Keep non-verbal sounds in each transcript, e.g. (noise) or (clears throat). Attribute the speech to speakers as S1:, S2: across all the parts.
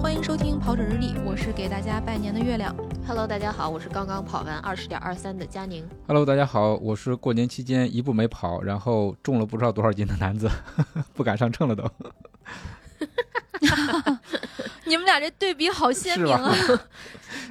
S1: 欢迎收听跑者日历，我是给大家拜年的月亮。
S2: Hello，大家好，我是刚刚跑完二十点二三的佳宁。
S3: Hello，大家好，我是过年期间一步没跑，然后重了不知道多少斤的男子， (laughs) 不敢上秤了都，
S1: 你们俩这对比好鲜
S3: 是
S1: 明
S3: 吧 (laughs)
S1: 啊！？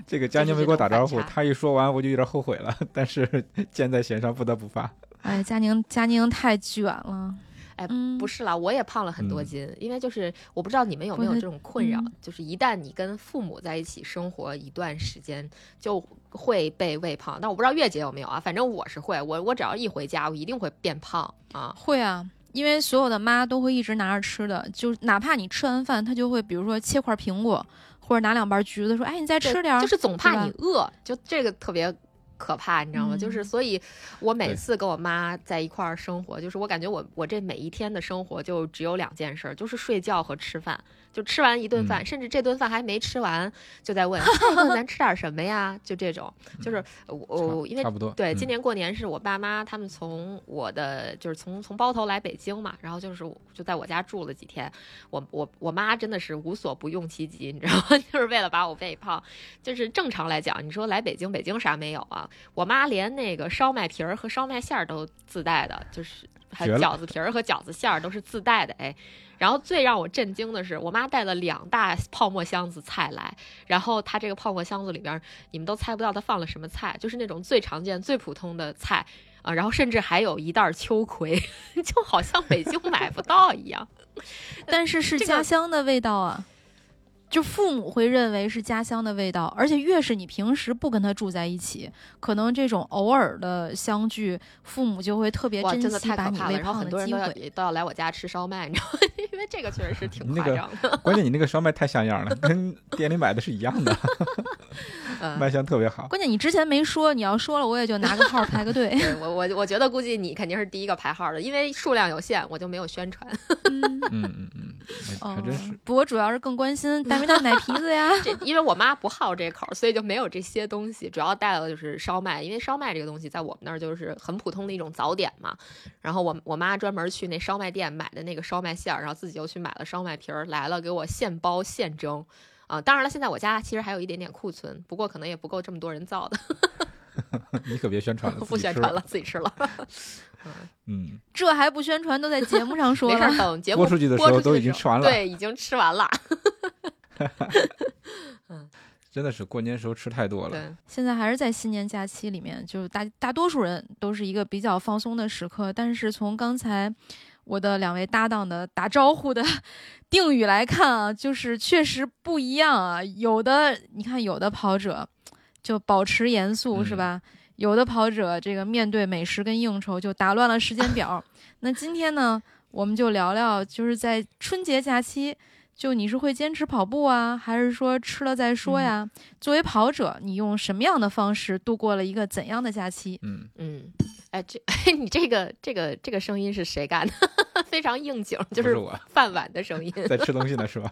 S3: 这个佳宁没给我打招
S2: 这
S3: 呼，
S2: 是这种反差
S3: 他一说完我就有点后悔了， (laughs) 但是箭在弦上不得不发。
S1: 哎，佳宁，佳宁太卷了。
S2: 哎
S1: 嗯
S2: 不是啦，我也胖了很多斤，因为就是我不知道你们有没有
S1: 不是
S2: 这种困扰
S1: 嗯，
S2: 就是一旦你跟父母在一起生活一段时间，就会被喂胖。但我不知道月姐有没有啊，反正我是会，我我只要一回家，我一定会变胖啊。
S1: 会啊，因为所有的妈都会一直拿着吃的，就哪怕你吃完饭，她就会比如说切块苹果，或者拿两瓣橘子，说：“哎，你再
S2: 对
S1: 吃点儿。”
S2: 就是总怕你
S1: 对
S2: 饿，就这个特别。可怕，你知道吗？
S1: 嗯
S2: 就是，所以我每
S3: 对
S2: 次跟我妈在一块儿生活，就是我感觉我我这每一天的生活就只有两件事儿，就是睡觉和吃饭。就吃完一顿饭，
S3: 嗯
S2: 甚至这顿饭还没吃完，就
S1: (laughs)
S2: 在问下一顿咱吃点什么呀？就这种，就是我我哦因为
S3: 嗯差不多，嗯
S2: 对，今
S3: 年
S2: 年过年是我爸妈他们从我的就是从从包头来北京嘛，然后就是我就在我家住了几天。我我我妈真的是无所不用其极，你知道吗？ (laughs) 就是为了把我喂胖。就是正常来讲，你说来北京，北京啥没有啊？我妈连那个烧麦皮儿和烧麦馅儿都自带的，就是还有
S3: 绝了
S2: 饺子皮儿和饺子馅儿都是自带的，哎。然后最让我震惊的是，我妈带了两大泡沫箱子菜来，然后她这个泡沫箱子里边你们都猜不到它放了什么菜，就是那种最常见、最普通的菜啊，然后甚至还有一袋儿秋葵， (laughs) 就好像北京买不到一样。
S1: 但是是
S2: 这个
S1: 家乡的味道啊。就父母会认为是家乡的味道，而且越是你平时不跟他住在一起，可能这种偶尔的相聚，父母就会特别
S2: 哇，
S1: 珍
S2: 真的
S1: 惜
S2: 太
S1: 把
S2: 可
S1: 你
S2: 怕了！
S1: 喂
S2: 然后
S1: 胖
S2: 很多
S1: 的
S2: 人
S1: 机
S2: 都要
S1: 会。
S2: 也都要来我家吃烧麦，你知道吗？ (laughs) 因为这个确实是挺
S3: 那
S2: 夸
S3: 个
S2: 张的。
S3: 关键你那个烧麦太
S2: (laughs)
S3: 像样了，跟店里买的是一样的，
S2: 嗯，
S3: 卖相特别好。
S1: 关键你之前没说，你要说了我也就拿个号排个
S2: (laughs)
S1: 队。
S2: 对我我我觉得估计你肯定是第一个排号的，因为数量有限，我就没有宣传。
S1: 嗯，
S3: 嗯嗯嗯，哎还真是。
S1: 不过主要是更关心大没大奶皮子
S2: (laughs)
S1: 呀。
S2: 这因为我妈不好这口儿，所以就没有这些东西，主要带了就是烧麦，因为烧麦这个东西在我们那儿就是很普通的一种早点嘛。然后我我妈专门去那烧麦店买的那个烧麦馅儿，然后自己又去买了烧麦皮儿来了，给我现包现蒸。啊、当然了，现在我家其实还有一点点库存，不过可能也不够这么多人造的，
S3: 你可别宣传了，
S2: 哦 (laughs) 不宣传了，。自己吃了。
S3: 嗯，
S1: 这还不宣传，都在节目上说
S2: 没事
S1: 了
S2: 儿，。等节目
S3: 播出去的时候
S2: 播出
S3: 都已经吃完了
S2: 对，已经吃完了。
S3: 真的是过年时候吃太多了。
S2: 对，
S1: 现在还是在新年假期里面，就是大大多数人都是一个比较放松的时刻。但是从刚才我的两位搭档的打招呼的 (laughs) 定语来看啊，就是确实不一样啊。有的你看，有的跑者就保持严肃、
S3: 嗯
S1: 是吧？有的跑者这个面对美食跟应酬就打乱了时间表。那今天呢，我们就聊聊，就是在春节假期，就你是会坚持跑步啊，还是说吃了再说呀？
S3: 嗯
S1: 作为跑者，你用什么样的方式度过了一个怎样的假期？
S3: 嗯，
S2: 嗯，哎，这 (laughs) 你这个这个这个声音是谁干的？ (laughs) 非常应景，就
S3: 不
S2: 是
S3: 是我
S2: 饭碗的声音。
S3: 在吃东西
S2: (laughs)
S3: 呢，是吧？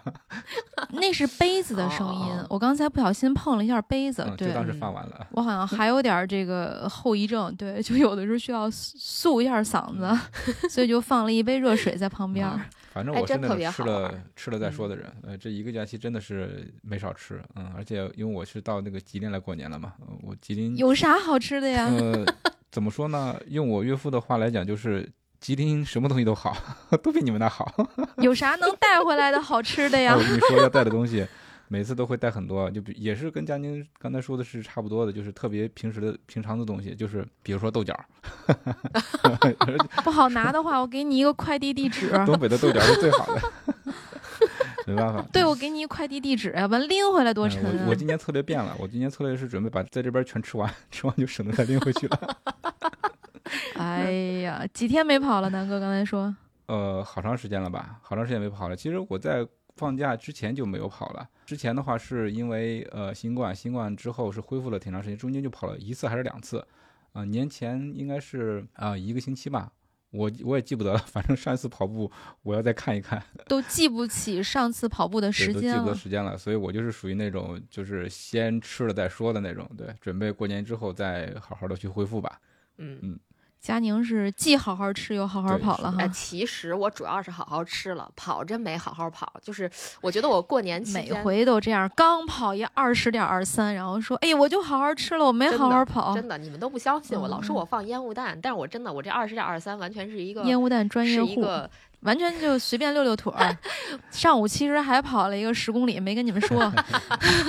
S1: 那是杯子的声音
S2: 哦哦哦，
S1: 我刚才不小心碰了一下杯子，
S3: 嗯，就
S1: 对。
S3: 当是 (laughs) 饭碗了。
S1: 我好像还有点儿这个后遗症，对，就有的时候需要诉诉一下嗓
S3: 嗯
S1: 子，所以就放了一杯热水在旁边儿。
S3: 反正
S2: 哎
S3: 我是
S2: 真
S3: 那
S2: 特
S3: 种
S2: 别
S3: 吃
S2: 好玩
S3: 了
S2: 儿
S3: 吃了再说
S2: 嗯
S3: 的人，呃，这一个假期真的是没少吃，嗯，而且因为我是到那个吉林来过年了嘛，呃我吉林
S1: 有啥好吃的呀？
S3: 呃怎么说呢？用我岳父的话来讲，就是吉林什么东西都好， (laughs) 都比你们那好。
S1: 有啥能带回来的好吃的
S3: 哎
S1: 呀
S3: 我？跟你说要带的东西，每次都会带很多，就比也是跟佳宁刚才说的是差不多的，就是特别平时的平常的东西，就是比如说豆
S2: (laughs)
S3: 角儿，嗯
S1: 不好拿的话，我给你一个快递地
S3: (laughs)
S1: 址。
S3: 东北的豆角儿是最好的， (laughs) 没办法。
S1: (laughs) 对，我给你一个快递地址，要不然拎回来多
S3: 嗯
S1: 沉啊
S3: 我我！今年策略变了，我今年策略是准备把在这边全吃完，吃完就省得再拎回去了。 (laughs)
S1: (laughs)
S3: (laughs)
S1: 哎呀，几天没跑了，南哥刚才说
S3: 呃好长时间了吧，好长时间没跑了。其实我在放假之前就没有跑了，之前的话是因为呃新冠，新冠之后是恢复了挺长时间，中间就跑了一次还是两次，啊、年前应该是啊、一个星期吧。我我也记不得了，反正上一次跑步我要再看一看，
S1: 都记不起上次跑步的
S3: 对
S1: 时
S3: 都记
S1: 间啊
S3: 不得
S1: 了。
S3: 时间了，所以我就是属于那种就是先吃了再说的那种，对，准备过年之后再好好的去恢复吧。
S2: 嗯。
S1: 佳宁是既好好吃又好好
S3: 对
S1: 跑
S3: 是
S1: 了
S2: 哎，
S1: 哈，
S2: 其实我主要是好好吃了，跑真没好好跑。就是我觉得我过年期
S1: 每
S2: 间
S1: 回都这样，刚跑一二十点二三，然后说哎我就好好吃了，我没
S2: 真
S1: 好
S2: 的
S1: 好跑，
S2: 真的，你们都不相信我，
S1: 哦嗯
S2: 老说我放烟雾弹，但是我真的，我这二十点二三完全是一个
S1: 烟雾弹专业
S2: 是一
S1: 户，
S2: 个
S1: 完全就随便溜溜腿
S2: (laughs)
S1: 儿。上午其实还跑了一个十公里，没跟你们
S2: (laughs)
S1: 说。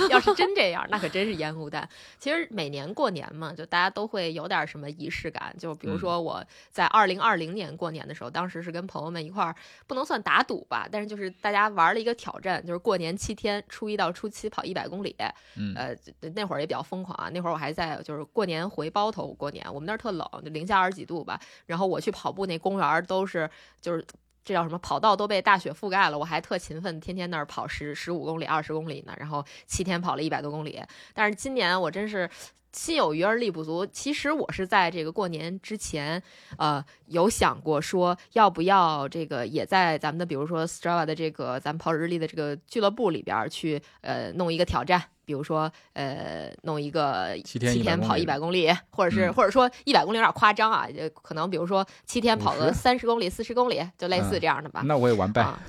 S2: 要是真这样，那可真是烟雾弹。其实每年过年嘛，就大家都会有点什么仪式感。就比如说我在二零二零年过年的时候，当时是跟朋友们一块儿，不能算打赌吧，但是就是大家玩了一个挑战，就是过年七天，初一到初七跑一百公里。
S3: 嗯，
S2: 呃，那会儿也比较疯狂啊，那会儿我还在就是过年回包头过年，我们那儿特冷，就零下二十几度吧。然后我去跑步，那公园儿都是就是。这叫什么？跑道都被大雪覆盖了，我还特勤奋，天天那儿跑十十五公里、二十公里呢，然后七天跑了一百多公里。但是今年我真是心有余而力不足。其实我是在这个过年之前，呃，有想过说要不要这个也在咱们的比如说 Strava 的这个咱们跑日历的这个俱乐部里边儿去呃弄一个挑战，比如说呃弄一个
S3: 七天100
S2: 跑
S3: 公里
S2: 一百公里，或者是、
S3: 嗯
S2: 或者说一百公里有点夸张啊，就可能比如说七天跑个
S3: 50
S2: 三十公里、四十公里，就类似
S3: 嗯
S2: 这样的吧。
S3: 那我也完败，
S2: 啊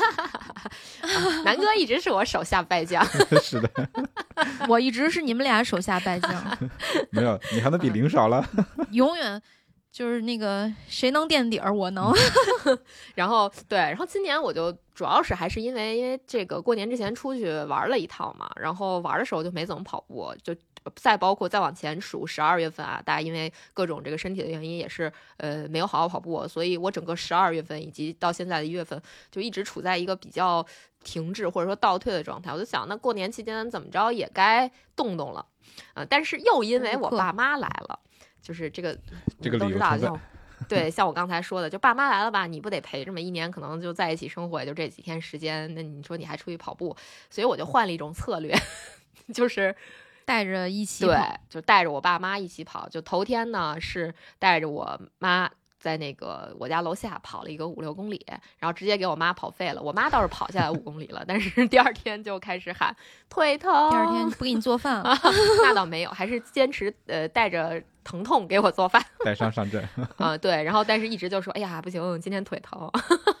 S2: (laughs) 啊南哥一直是我手下败将，
S3: (laughs) 是的，
S1: 我一直是你们俩手下败将，
S3: 没有，你还能比零少了。
S1: 永远就是那个谁能垫底儿，我能。
S2: 然后对，然后今年我就主要是还是因为因为这个过年之前出去玩了一趟嘛，然后玩的时候就没怎么跑步，就再包括再往前数十二月份啊，大家因为各种这个身体的原因也是呃没有好好跑步，所以我整个十二月份以及到现在的一月份就一直处在一个比较停滞或者说倒退的状态。我就想，那过年期间怎么着也该动动了，呃，但是又因为
S1: 补
S2: 我
S1: 课
S2: 爸妈来了，就是这个
S3: 这个
S2: 都
S3: 理
S2: 知
S3: 由
S2: 道
S3: 存在 (laughs)
S2: 像。对，像我刚才说的，就爸妈来了吧，你不得陪这么一年，可能就在一起生活，也就这几天时间。那你说你还出去跑步，所以我就换了一种策略， (laughs) 就是
S1: 带着一起
S2: 对
S1: 跑，，
S2: 就带着我爸妈一起跑。就头天呢是带着我妈在那个我家楼下跑了一个五六公里，然后直接给我妈跑废了。我妈倒是跑下来五公里了，但是第二天就开始喊腿疼，
S1: 第二天不给你做饭
S2: 啊
S1: 了，
S2: 那倒没有，还是坚持呃带着疼痛给我做饭。
S3: 带伤
S2: (laughs)
S3: 上阵，
S2: 啊、对，然后但是一直就说，哎呀，不行，今天腿疼，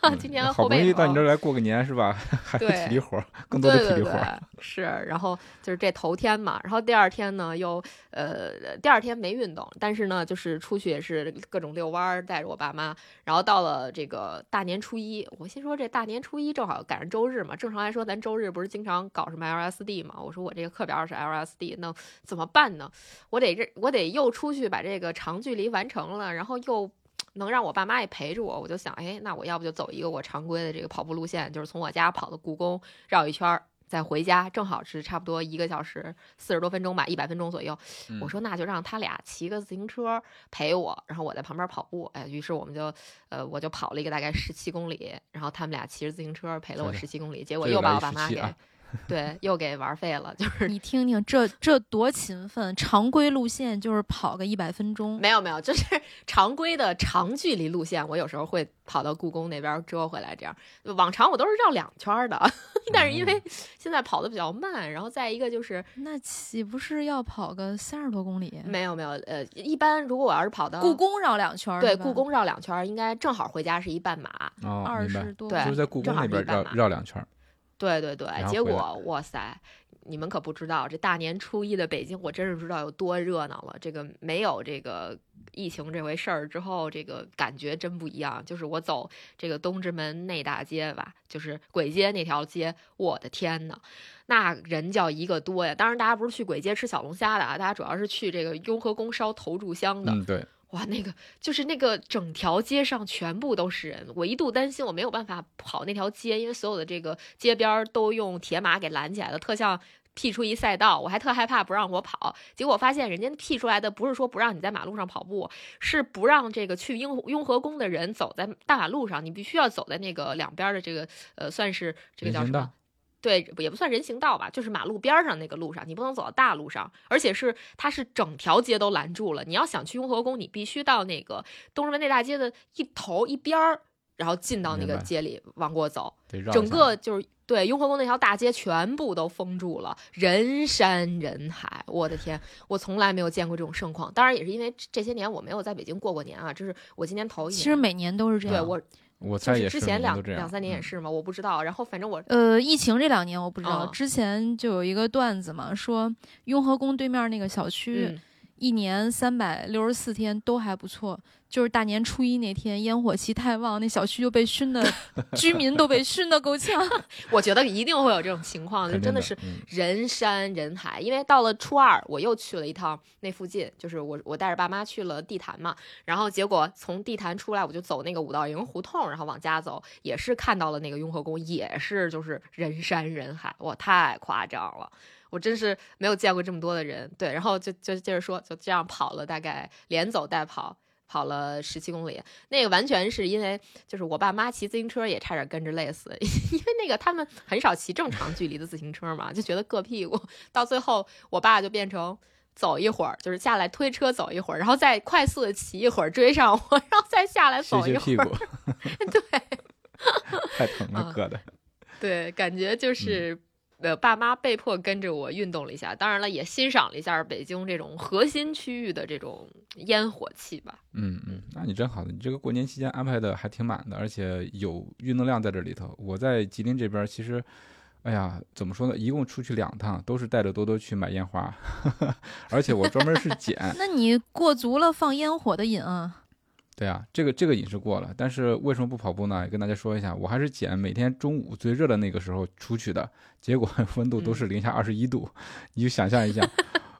S2: 啊今天
S3: 嗯好
S2: 后
S3: 不容
S2: 背
S3: 易
S2: 疼，
S3: 到你这儿来过个年是吧？ (laughs) 还有体力活儿，更多
S2: 对对
S3: 的体力
S2: 对
S3: 活儿。
S2: 是，然后就是这头天嘛，然后第二天呢又呃，第二天没运动，但是呢就是出去也是各种遛弯儿，带着我爸妈，然后到了这个大年初一，我心说这大年初一正好赶上周日嘛，正常来说咱周日不是经常搞什么 LSD 嘛，我说我这个课表是 LSD，那怎么办呢？我得这我得又出去把这个长距离完成了，然后又。能让我爸妈也陪着我，我就想，哎，那我要不就走一个我常规的这个跑步路线，就是从我家跑到故宫绕一圈儿，再回家，正好是差不多一个小时四十多分钟吧，一百分钟左右。
S3: 嗯
S2: 我说那就让他俩骑个自行车陪我，然后我在旁边跑步。哎，于是我们就呃我就跑了一个大概十七公里，然后他们俩骑着自行车陪了我
S3: 真
S2: 十
S3: 的
S2: 七
S3: (laughs)
S2: 公里，结果
S3: 这又
S2: 又把
S3: 来
S2: 我爸妈
S3: 17
S2: 给、
S3: 啊
S2: 对又给玩废了， (laughs) 就是
S1: 你听听这这多勤奋！常规路线就是跑个一百分钟，
S2: 没有没有，就是常规的长距离路线，我有时候会跑到故宫那边折回来，这样往常我都是绕两圈儿的， (laughs) 但
S3: 嗯
S2: 是因为现在跑的比较慢，然后再一个就是
S1: 那岂不是要跑个三十多公里？
S2: 没有没有呃，一般如果我要是跑到
S1: 故宫绕两圈儿，
S2: 对
S1: 是吧
S2: 故宫绕两圈儿，应该正好回家是一半马，
S3: 哦，
S1: 二
S3: 明
S1: 十
S3: 白。
S1: 多，
S2: 对
S3: 就是在故宫
S2: 正好
S3: 那
S2: 是
S3: 边
S2: 一半
S3: 绕
S2: 嘛
S3: 绕两圈儿，
S2: 对对对
S3: 然，后
S2: 结
S3: 回来
S2: 果哇塞，你们可不知道，这大年初一的北京，我真是不知道有多热闹了。这个没有这个疫情这回事儿之后，这个感觉真不一样。就是我走这个东直门内大街吧，就是簋街那条街，我的天呐，那人叫一个多呀！当然，大家不是去簋街吃小龙虾的啊，大家主要是去这个雍和宫烧头炷香的。
S3: 嗯，对，
S2: 哇，那个就是那个整条街上全部都是人，我一度担心我没有办法跑那条街，因为所有的这个街边儿都用铁马给拦起来了，特像辟出一赛道，我还特害怕不让我跑。结果发现人家辟出来的不是说不让你在马路上跑步，是不让这个去雍雍和宫的人走在大马路上，你必须要走在那个两边的这个呃，算是这个叫
S3: 人
S2: 什
S3: 行
S2: 么
S3: 道？
S2: 对，也不算人行道吧，就是马路边儿上那个路上，你不能走到大路上，而且是它是整条街都拦住了。你要想去雍和宫，你必须到那个东直门内大街的一头一边儿，然后进到那
S3: 明
S2: 个
S3: 白
S2: 街里往过走。
S3: 得绕一
S2: 整
S3: 下
S2: 个就是对雍和宫那条大街全部都封住了，人山人海。我的天，我从来没有见过这种盛况。当然也是因为这这些年我没有在北京过过年啊，这是我今年头一年。
S1: 其实每年都是这
S2: 对
S1: 样。
S2: 我
S3: 我
S2: 就
S3: 猜嗯也
S2: 之
S3: 是
S2: 前
S3: 每年
S2: 两
S3: 都这样
S2: 两三年也
S3: 嗯
S2: 是嘛，我不知道。然后反正我
S1: 呃，疫情这两年我不知道，
S2: 嗯
S1: 之前就有一个段子嘛，说雍和宫对面那个小区、
S2: 嗯
S1: 一年三百六十四天都还不错，就是大年初一那天烟火气太旺，那小区就被熏的， (laughs) 居民都被熏得够呛。
S2: 我觉得一定会有这种情况，啊就
S3: 肯
S2: 真
S3: 定
S2: 的
S3: 的
S2: 是
S3: 嗯
S2: 人山人海。因为到了初二，我又去了一趟那附近，就是我我带着爸妈去了地坛嘛，然后结果从地坛出来，我就走那个五道营胡同，然后往家走，也是看到了那个雍和宫，也是就是人山人海，哇，太夸张了。我真是没有见过这么多的人，对，然后就就接着说，就这样跑了大概连走带跑，跑了十七公里。那个完全是因为就是我爸妈骑自行车也差点跟着累死， (laughs) 因为那个他们很少骑正常距离的自行车嘛，就觉得硌屁股。到最后，我爸就变成走一会儿，就是下来推车走一会儿，然后再快速的骑一会儿追上我，然后再下来
S3: 歇
S2: 走一
S3: 歇屁
S2: 会
S3: 股
S2: 儿。， (laughs) 对，
S3: 太疼了，
S2: 啊
S3: 硌的。
S2: 对，感觉就是。呃，爸妈被迫跟着我运动了一下，当然了，也欣赏了一下北京这种核心区域的这种烟火气吧。
S3: 嗯嗯，那你真好，你这个过年期间安排的还挺满的，而且有运动量在这里头。我在吉林这边，其实，哎呀，怎么说呢？一共出去两趟，都是带着多多去买烟花， (laughs) 而且我专门是捡。
S1: 那你过足了放烟火的瘾啊？
S3: 对啊，这个这个瘾是过了，但是为什么不跑步呢？也跟大家说一下，我还是捡每天中午最热的那个时候出去的，结果 (laughs) 温度都是零下二十一度，你就想象一下。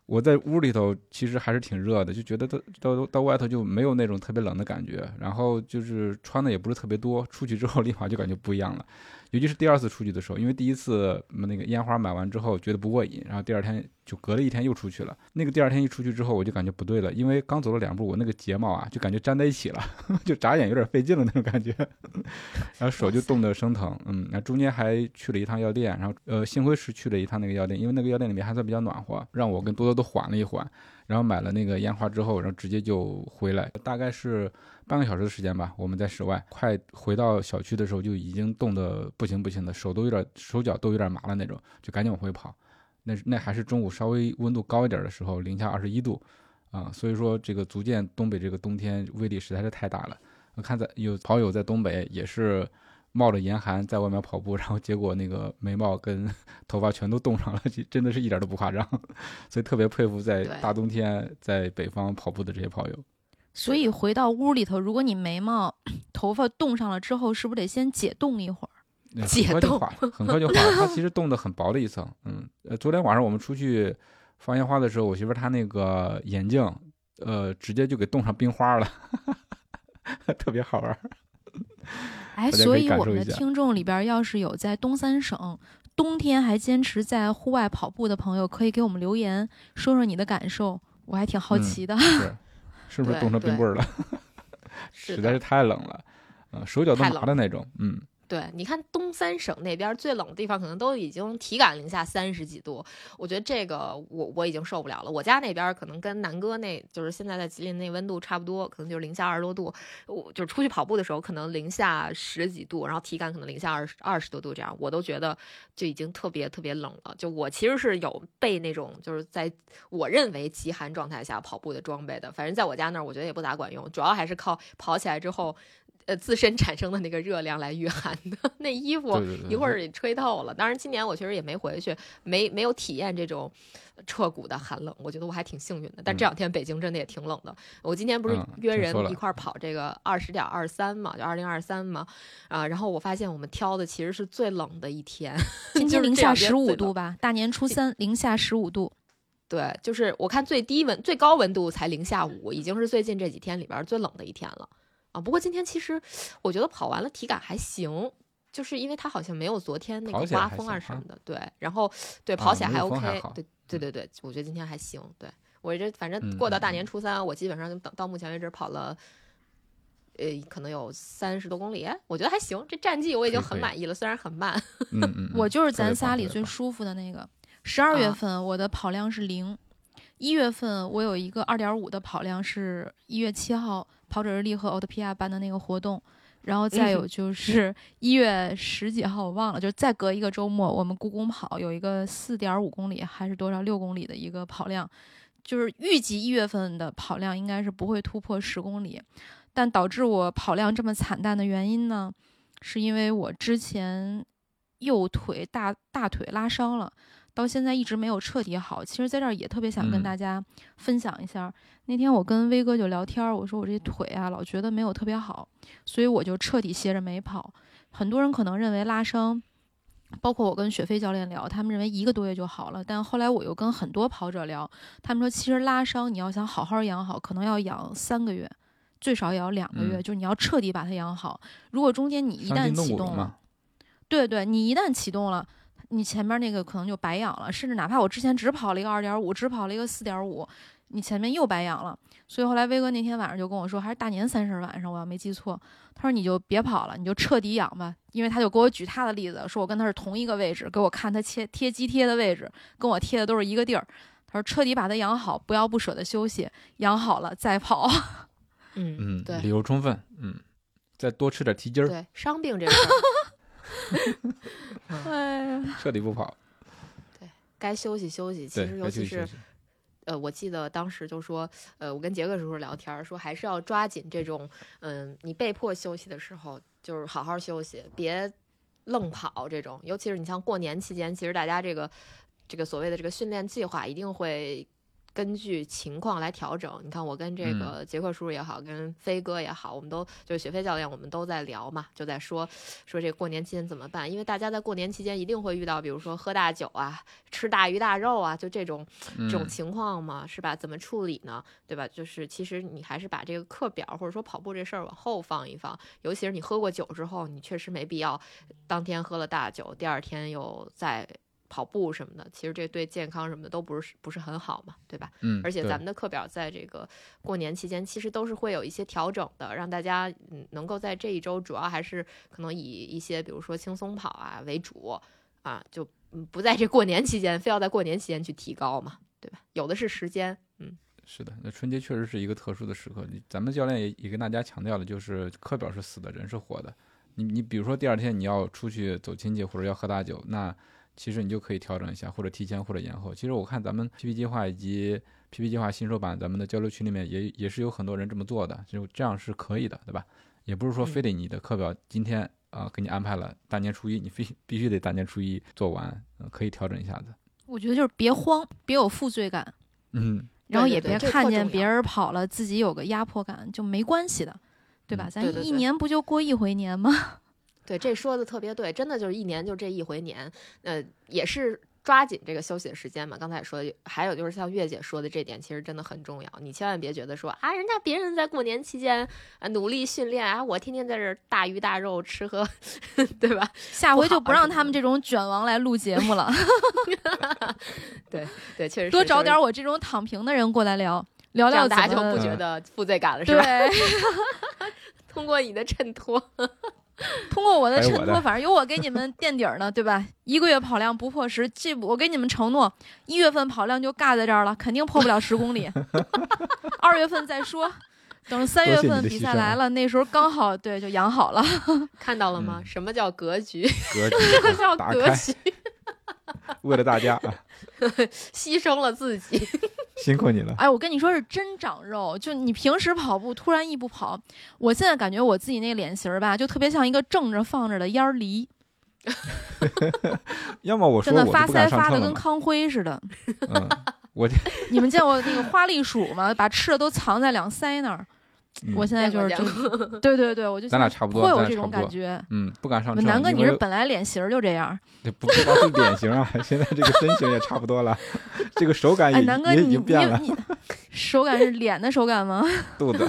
S3: 我在屋里头其实还是挺热的，就觉得到到到外头就没有那种特别冷的感觉，然后就是穿的也不是特别多，出去之后立马就感觉不一样了，尤其是第二次出去的时候，因为第一次嗯那个烟花买完之后觉得不过瘾，然后第二天就隔了一天又出去了，那个第二天一出去之后我就感觉不对了，因为刚走了两步，我那个睫毛啊就感觉粘在一起了， (laughs) 就眨眼有点费劲了那种感觉， (laughs) 然后手就冻得生疼，嗯，然后中间还去了一趟药店，然后呃，幸亏是去了一趟那个药店，因为那个药店里面还算比较暖和，让我跟多多都缓了一缓，然后买了那个烟花之后，然后直接就回来，大概是半个小时的时间吧，我们在室外，快回到小区的时候就已经冻得不行不行的，手都有点手脚都有点麻了那种，就赶紧往回跑，那那还是中午稍微温度高一点的时候，零下二十一度。啊、所以说这个足见东北这个冬天威力实在是太大了。我看在有跑友在东北也是冒着严寒在外面跑步，然后结果那个眉毛跟 (laughs) 头发全都冻上了，这真的是一点都不夸张， (laughs) 所以特别佩服在
S2: 对
S3: 大冬天在北方跑步的这些跑友。
S1: 所以回到屋里头，如果你眉毛、 (clears throat) 头发冻上了之后，是不是得先解冻一会儿？
S3: 那
S2: 解
S3: 很快就
S2: 冻
S3: 化了，很快就化了。它其实冻得很薄的一层。嗯，呃，昨天晚上我们出去放烟花的时候，我媳妇儿她那个眼镜，呃，直接就给冻上冰花了， (laughs) 特别好玩儿。
S1: 哎，
S3: 大家
S1: 所
S3: 可以
S1: 以
S3: 感
S1: 我
S3: 受
S1: 们
S3: 一
S1: 的
S3: 下
S1: 听众里边要是有在东三省冬天还坚持在户外跑步的朋友，可以给我们留言说说你的感受，我还挺好
S3: 嗯 (laughs)
S1: 奇的。
S3: 是，是不是
S2: 对
S3: 冻成冰
S2: 对
S3: 棍儿了？ (laughs)
S2: 是
S3: 实
S2: 的
S3: 在是太冷了，呃，手脚都
S2: 太冷
S3: 麻的那种。嗯，
S2: 对，你看东三省那边儿最冷的地方，可能都已经体感零下三十几度。我觉得这个我我已经受不了了。我家那边儿可能跟南哥那，就是现在在吉林那温度差不多，可能就是零下二十多度。我就是出去跑步的时候，可能零下十几度，然后体感可能零下二十二十多度这样，我都觉得就已经特别特别冷了。就我其实是有备那种就是在我认为极寒状态下跑步的装备的，反正在我家那儿我觉得也不咋管用，主要还是靠跑起来之后。呃，自身产生的那个热量来御寒的 (laughs) 那衣服，
S3: 对对对，
S2: 一会儿也吹透了。当然，今年我确实也没回去，没没有体验这种彻骨的寒冷，我觉得我还挺幸运的。但这两天北京真的也挺冷的。我今天不是
S3: 嗯
S2: 约
S3: 听
S2: 人
S3: 说了
S2: 一块儿跑这个二十点二三嘛，就二零二三嘛，啊，然后我发现我们挑的其实是最冷的一天，
S1: 今
S2: 就
S1: 天
S2: 是
S1: 零
S2: 这
S1: 下
S2: 两天
S1: 十五
S2: 最
S1: 度
S2: 冷
S1: 吧，大年初三零下十五度，
S2: 对，就是我看最低温、最高温度才零下五，已经是最近这几天里边儿最冷的一天了啊。不过今天其实我觉得跑完了体感还行，就是因为它好像没有昨天那
S3: 跑
S2: 个
S3: 起来
S2: 刮
S3: 还
S2: 风啊
S3: 行
S2: 什
S3: 啊
S2: 么的，对，然后对
S3: 啊
S2: 跑起来
S3: 没有风
S2: OK，、
S3: 还好
S2: 对对对对，我觉得今天还行，对我这反
S3: 嗯
S2: 正过到大
S3: 嗯
S2: 年初三，我基本上到到目前为止跑了。呃，可能有三十多公里，我觉得还行，这战绩我已
S3: 可以
S2: 经
S3: 可
S2: 很
S3: 以
S2: 满意了，虽然很慢。
S3: 嗯嗯，
S1: 我
S3: 嗯
S1: 就是
S3: 特别
S1: 咱
S3: 棒
S1: 仨
S3: 特
S1: 里
S3: 别
S1: 最
S3: 棒
S1: 舒服的那个。十二月
S2: 啊
S1: 份我的跑量是零，一月份我有一个二点五的跑量，是一月七号跑者日历和奥特皮亚办的那个活动。然后再
S3: 嗯
S1: 有
S3: (laughs)
S1: 就是一月十几号，我忘了，就是再隔一个周末，我们故宫跑有一个四点五公里还是多少六公里的一个跑量，就是预计一月份的跑量应该是不会突破十公里，但导致我跑量这么惨淡的原因呢，是因为我之前右腿大大腿拉伤了，到现在一直没有彻底好。其实，在这儿也特别想跟
S3: 嗯
S1: 大家分享一下，那天我跟威哥就聊天儿，我说我这腿啊，老觉得没有特别好，所以我就彻底歇着没跑。很多人可能认为拉伤。包括我跟雪飞教练聊，他们认为一个多月就好了，但后来我又跟很多跑者聊，他们说其实拉伤你要想好好养好，可能要养三个月，最少也要两个月，
S3: 嗯
S1: 就是你要彻底把它养好。如果中间你一
S3: 伤
S1: 旦
S3: 筋动
S1: 启
S3: 骨了
S1: 动了
S3: 嘛，，
S1: 对对，你一旦启动了，你前面那个可能就白养了，甚至哪怕我之前只跑了一个二点五，只跑了一个四点五，你前面又白养了。所以后来威哥那天晚上就跟我说，还是大年三十晚上，我要没记错，他说你就别跑了，你就彻底养吧，因为他就给我举他的例子，说我跟他是同一个位置，给我看他贴贴肌贴的位置，跟我贴的都是一个地儿。他说：“彻底把它养好，不要不舍得休息，养好了再跑。
S2: 嗯，
S3: 嗯，
S2: 对
S3: 理由充分，嗯，再多吃点蹄筋儿，
S2: 对，伤病这个事儿 (laughs)
S1: 哎呀
S3: 彻底不跑，
S2: 该休息休息。其
S3: 对
S2: 实，
S3: 该
S2: 尤
S3: 休
S2: 其
S3: 息休
S2: 是
S3: 息，
S2: 呃，我记得当时就说，呃，我跟杰克叔叔聊天儿说，还是要抓紧这种，嗯，你被迫休息的时候，就是好好休息，别愣跑这种。尤其是你像过年期间，其实大家这个这个所谓的这个训练计划一定会。根据情况来调整。你看，我跟这个杰克叔叔也好，跟飞哥也好，我们都就是雪飞教练，我们都在聊嘛，就在说说这过年期间怎么办。因为大家在过年期间一定会遇到，比如说喝大酒啊、吃大鱼大肉啊，就这种
S3: 嗯
S2: 这种情况嘛，是吧？怎么处理呢？对吧？就是其实你还是把这个课表或者说跑步这事儿往后放一放，尤其是你喝过酒之后，你确实没必要当天喝了大酒，第二天又再跑步什么的，其实这对健康什么的都不是不是很好嘛，对吧？
S3: 嗯，
S2: 而且
S3: 对
S2: 咱们的课表在这个过年期间，其实都是会有一些调整的，让大家嗯能够在这一周，主要还是可能以一些比如说轻松跑啊为主啊，就嗯不在这过年期间，非要在过年期间去提高嘛，对吧？有的是时间，嗯，
S3: 是的，那春节确实是一个特殊的时刻。你咱们教练也也跟大家强调了，就是课表是死的，人是活的。你你比如说第二天你要出去走亲戚或者要喝大酒，那其实你就可以调整一下，或者提前或者延后。其实我看咱们 PP 计划以及 PP 计划新手版咱们的交流群里面也也是有很多人这么做的，就这样是可以的，对吧？也不是说
S2: 嗯
S3: 非得你的课表今天啊、给你安排了大年初一，你非必须得大年初一做完，呃可以调整一下的。
S1: (laughs) 我觉得就是别慌，别有负罪感，
S3: 嗯，
S1: 然后
S2: 对
S1: 也
S2: 对
S1: 别
S2: 对这
S1: 看
S2: 特
S1: 见
S2: 重
S1: 别
S2: 要
S1: 人跑了，自己有个压迫感，就没关系的，对吧？
S3: 嗯
S1: 咱
S2: 对对
S1: 一
S2: 对
S1: 年不就过一回年吗？ (laughs)
S2: 对，这说的特别对，真的就是一年就这一回年，呃，也是。抓紧这个休息的时间嘛，刚才也说的，还有就是像月姐说的这点，其实真的很重要。你千万别觉得说啊，人家别人在过年期间啊努力训练啊，我天天在这儿大鱼大肉吃喝， (laughs) 对吧？
S1: 下
S2: 不
S1: 回就
S2: 好
S1: 不
S2: 啊
S1: 让
S2: 这
S1: 他们这种卷王来录节目了， (laughs)
S2: 对，确实
S1: 多
S2: 是
S1: 找
S2: 就是
S1: 点我这种躺平的人过来聊聊
S2: 这
S1: 聊
S2: 样
S1: 怎么，
S2: 大家就
S3: 嗯
S2: 不觉得负罪 (laughs) 感了，是吧？
S1: 对， (laughs)
S2: 通过你的衬托，
S1: 通过我的
S3: 还有
S1: 衬
S3: 我
S1: 托，
S3: 的
S1: 反正有我给你们垫底儿呢，对吧？一个月跑量不破十，这我给你们承诺，一月份跑量就尬在这儿了，肯定破不了十公
S3: (laughs)
S1: 里。二月份再说，等三
S3: 多
S1: 月
S3: 谢你
S1: 份
S3: 的
S1: 比
S3: 牺
S1: 赛
S3: 牲
S1: 来
S3: 啊
S1: 了，那时候刚好对就养好了。
S2: 看到了吗？(laughs)
S3: 嗯
S2: 什么叫格局？
S3: 格局 (laughs)
S2: 这个叫
S3: 打
S2: 格
S3: 开，
S2: 局， (laughs)
S3: 为了大家啊，
S2: 牺牲了自 (laughs) 己。
S3: 辛苦你 (laughs) 了。
S1: 哎，我跟你说是真长肉，就你平时跑步突然一不跑，我现在感觉我自己那脸型儿吧，就特别像一个正着放着的烟儿梨，
S3: 要么我说
S1: 真
S3: 我
S1: 的
S3: 就
S1: 发
S3: 不敢
S1: 腮
S3: 上
S1: 发
S3: 秤
S1: 的
S3: 了
S1: 跟
S3: 嘛，
S1: 康辉似的。
S3: 嗯，
S1: (laughs)
S3: 我这、
S1: 你们见过那个花栗鼠
S3: (laughs)
S1: 吗？把吃的都藏在两腮那儿。
S3: 嗯、
S1: 我现在就是
S2: 见
S1: 这
S2: 过
S1: 对对对，我就
S3: 咱俩差不多，
S1: 会
S3: 咱
S1: 有
S3: 俩
S1: 这
S3: 差
S1: 种
S3: 不
S1: 感
S3: 多，
S1: 觉。
S3: 嗯，不敢上秤，
S1: 南哥，你
S3: 因
S1: 是
S3: 为
S1: 本来脸型儿就这样。
S3: 不不光是脸型啊，现在这个身形也差不多了， (laughs) 这个手感也、
S1: 哎，南哥，
S3: 也已
S1: 你你
S3: 经变了，
S2: (laughs)
S1: 你手感是脸的手感吗？
S3: 肚子，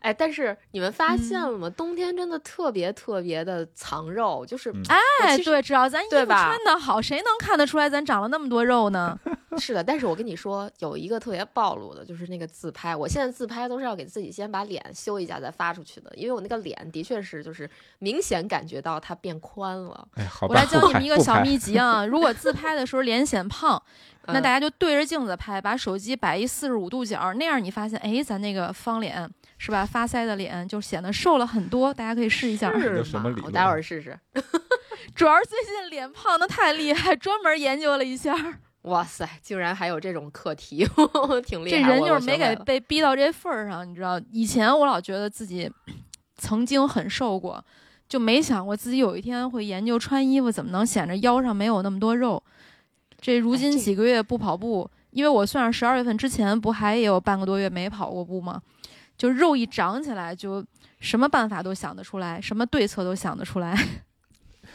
S2: 哎，但是你们发现
S1: 嗯
S2: 了吗？冬天真的特别特别的藏肉，就是
S3: 嗯
S2: 我
S1: 哎，
S2: 其实
S1: 对，只要咱衣
S2: 对
S1: 服
S2: 吧
S1: 穿的好，谁能看得出来咱长了那么多肉呢？
S2: 是的，但是我跟你说，有一个特别暴露的，就是那个自拍。我现在自拍都是要给自己先把脸修一下再发出去的，因为我那个脸的确是就是明显感觉到它变宽了。
S3: 哎，好
S1: 我
S3: 吧，
S1: 来教
S3: 不
S1: 你们
S3: 拍
S1: 一个
S3: 不
S1: 小
S3: 拍
S1: 秘籍啊，如果自拍的时候脸显胖，那大家
S2: 家
S1: 就对着镜子拍，把手机摆一四十五度角，那样你发现，哎，咱那个方脸是吧，发腮的脸就显得瘦了很多。大家可以试一下，
S3: 这都
S2: 是
S3: 什
S2: 吗
S3: 么理？
S2: 我
S3: 论
S2: 待会儿试试。
S1: 主要是最近脸胖的太厉害，专门研究了一下，
S2: 哇塞，竟然还有这种课题， (laughs) 挺厉
S1: 这
S2: 害。
S1: 人
S2: 我
S1: 就
S2: 我
S1: 是
S2: 学
S1: 没
S2: 会
S1: 给
S2: 了
S1: 被逼到这份儿上，你知道？以前我老觉得自己曾经很瘦过，就没想过自己有一天会研究穿衣服怎么能显着腰上没有那么多肉。这如
S2: 哎
S1: 今
S2: 这
S1: 几个月不跑步，因为我算上十二月份之前不还也有半个多月没跑过步吗？就肉一长起来，就什么办法都想得出来，什么对策都想得出来。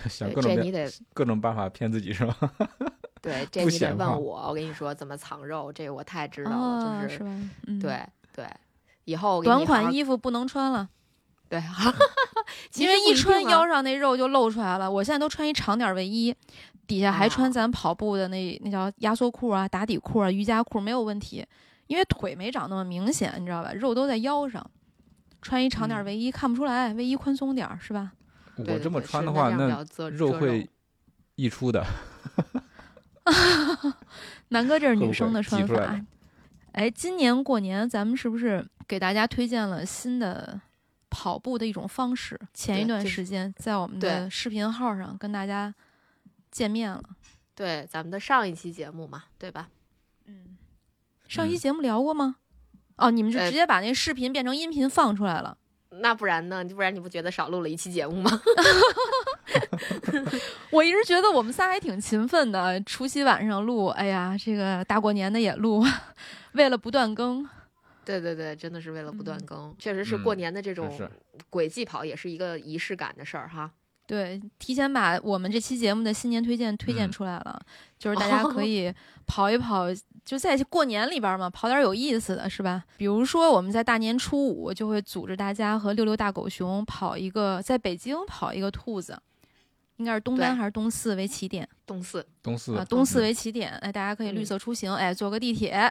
S3: 想
S2: 对
S3: 各种
S2: 这
S3: 别
S2: 你得
S3: 各种办法骗自己是吧？ (laughs)
S2: 对这
S3: 不
S2: 你得
S3: 显化
S2: 问我，我跟你说怎么藏肉，这个我太知道了，
S1: 哦
S2: 就是
S1: 吧？嗯，
S2: 对对，以后我给
S1: 短
S2: 你好好
S1: 款衣服不能穿了。
S2: 对，
S1: (laughs)
S2: 其
S1: 因
S2: 实
S1: 为
S2: 不
S1: 一
S2: 定
S1: 穿
S2: 啊
S1: 腰上那肉就露出来了。我现在都穿一长点儿卫衣，底下还穿
S2: 啊
S1: 咱跑步的那那叫压缩裤啊、打底裤啊、瑜伽裤，没有问题。因为腿没长那么明显，你知道吧？肉都在腰上，穿一长点儿
S2: 嗯
S1: 卫衣看不出来，卫衣宽松点儿是吧？
S2: 对对
S3: 我这么
S2: 对
S3: 穿
S2: 是
S3: 的话，
S2: 这样比
S3: 那
S2: 较遮
S3: 肉
S2: 遮
S3: 会溢出的。
S1: 南哥，这是
S3: 会
S1: 女
S3: 不
S1: 生
S3: 会
S1: 的
S3: 挤
S1: 穿
S3: 出来
S1: 法。哎，今年过年咱们是不是给大家推荐了新的跑步的一种方式？前一
S2: 对
S1: 段
S2: 就是
S1: 时间在我们的
S2: 对
S1: 视频号上跟大家见面了。
S2: 对咱们的上一期节目嘛，对吧？
S1: 嗯，上期
S3: 嗯
S1: 节目聊过吗？哦，你们就
S2: 呃
S1: 直接把那视频变成音频放出来了。
S2: 那不然呢？不然你不觉得少录了一期节目吗？ (laughs)
S1: 我一直觉得我们仨还挺勤奋的，除夕晚上录，哎呀，这个大过年的也录， (laughs) 为了不断更。
S2: 对对对，真的是为了不断
S1: 嗯
S2: 更，确实是
S3: 嗯
S2: 过年的这
S3: 真
S2: 种
S3: 是
S2: 轨迹跑也是一个仪式感的事儿哈。
S1: 对，提前把我们这期节目的新年推荐推荐
S3: 嗯
S1: 出来了，就是
S2: (laughs)
S1: 大家
S2: 哦
S1: 可以跑一跑，就在过年里边嘛，跑点有意思的是吧？比如说我们在大年初五就会组织大家和六六大狗熊跑一个，在北京跑一个兔子，应该是东南
S2: 对
S1: 还是东四为起点。
S2: 动四
S3: 东四
S1: 啊，东四
S3: 嗯
S1: 为起点，哎，大家可以绿
S2: 嗯
S1: 色出行，哎，坐个地铁，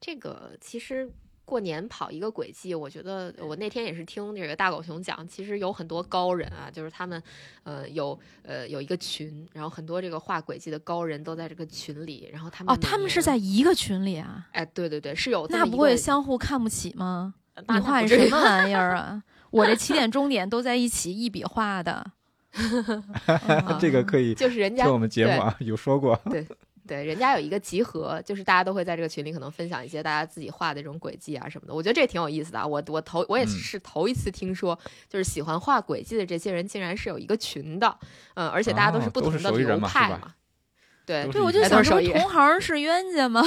S2: 这个其实。过年跑一个轨迹，我觉得我那天也是听这个大狗熊讲，其实有很多高人啊，就是他们，呃，有呃有一个群，然后很多这个画轨迹的高人都在这个群里，然后他们
S1: 哦，
S2: 每
S1: 他们是
S2: 年
S1: 在一个群里啊，
S2: 哎，对对对，是有这
S1: 那
S2: 么一
S1: 不会
S2: 个
S1: 相互看不起吗？
S2: 那
S1: 你
S2: 那
S1: 画
S2: 不
S1: 的
S2: 至于
S1: 什么玩意儿啊？ (laughs) 我这起点终点都在一起，一笔画
S3: (laughs)
S1: 的。嗯
S3: 这个可
S1: (laughs)
S3: 以
S2: 就是人家
S3: 听我们节目啊，有说过。
S2: 对，人家有一个集合，就是大家都会在这个群里可能分享一些大家自己画的这种轨迹啊什么的。我觉得这挺有意思的啊。我我头我也
S3: 嗯
S2: 是头一次听说，就是喜欢画轨迹的这些人竟然是有一个群的，嗯，而且大家都
S3: 哦
S2: 是不
S3: 都
S2: 同
S3: 是
S2: 的
S3: 手艺
S2: 流
S3: 人嘛是
S2: 派
S3: 吧
S2: 嘛。对
S3: 都，
S1: 对，
S3: 是
S1: 我
S3: 一
S1: 就
S3: 个
S1: 想
S2: 哎都是
S1: 说
S2: 手艺人
S1: 同行是冤家吗？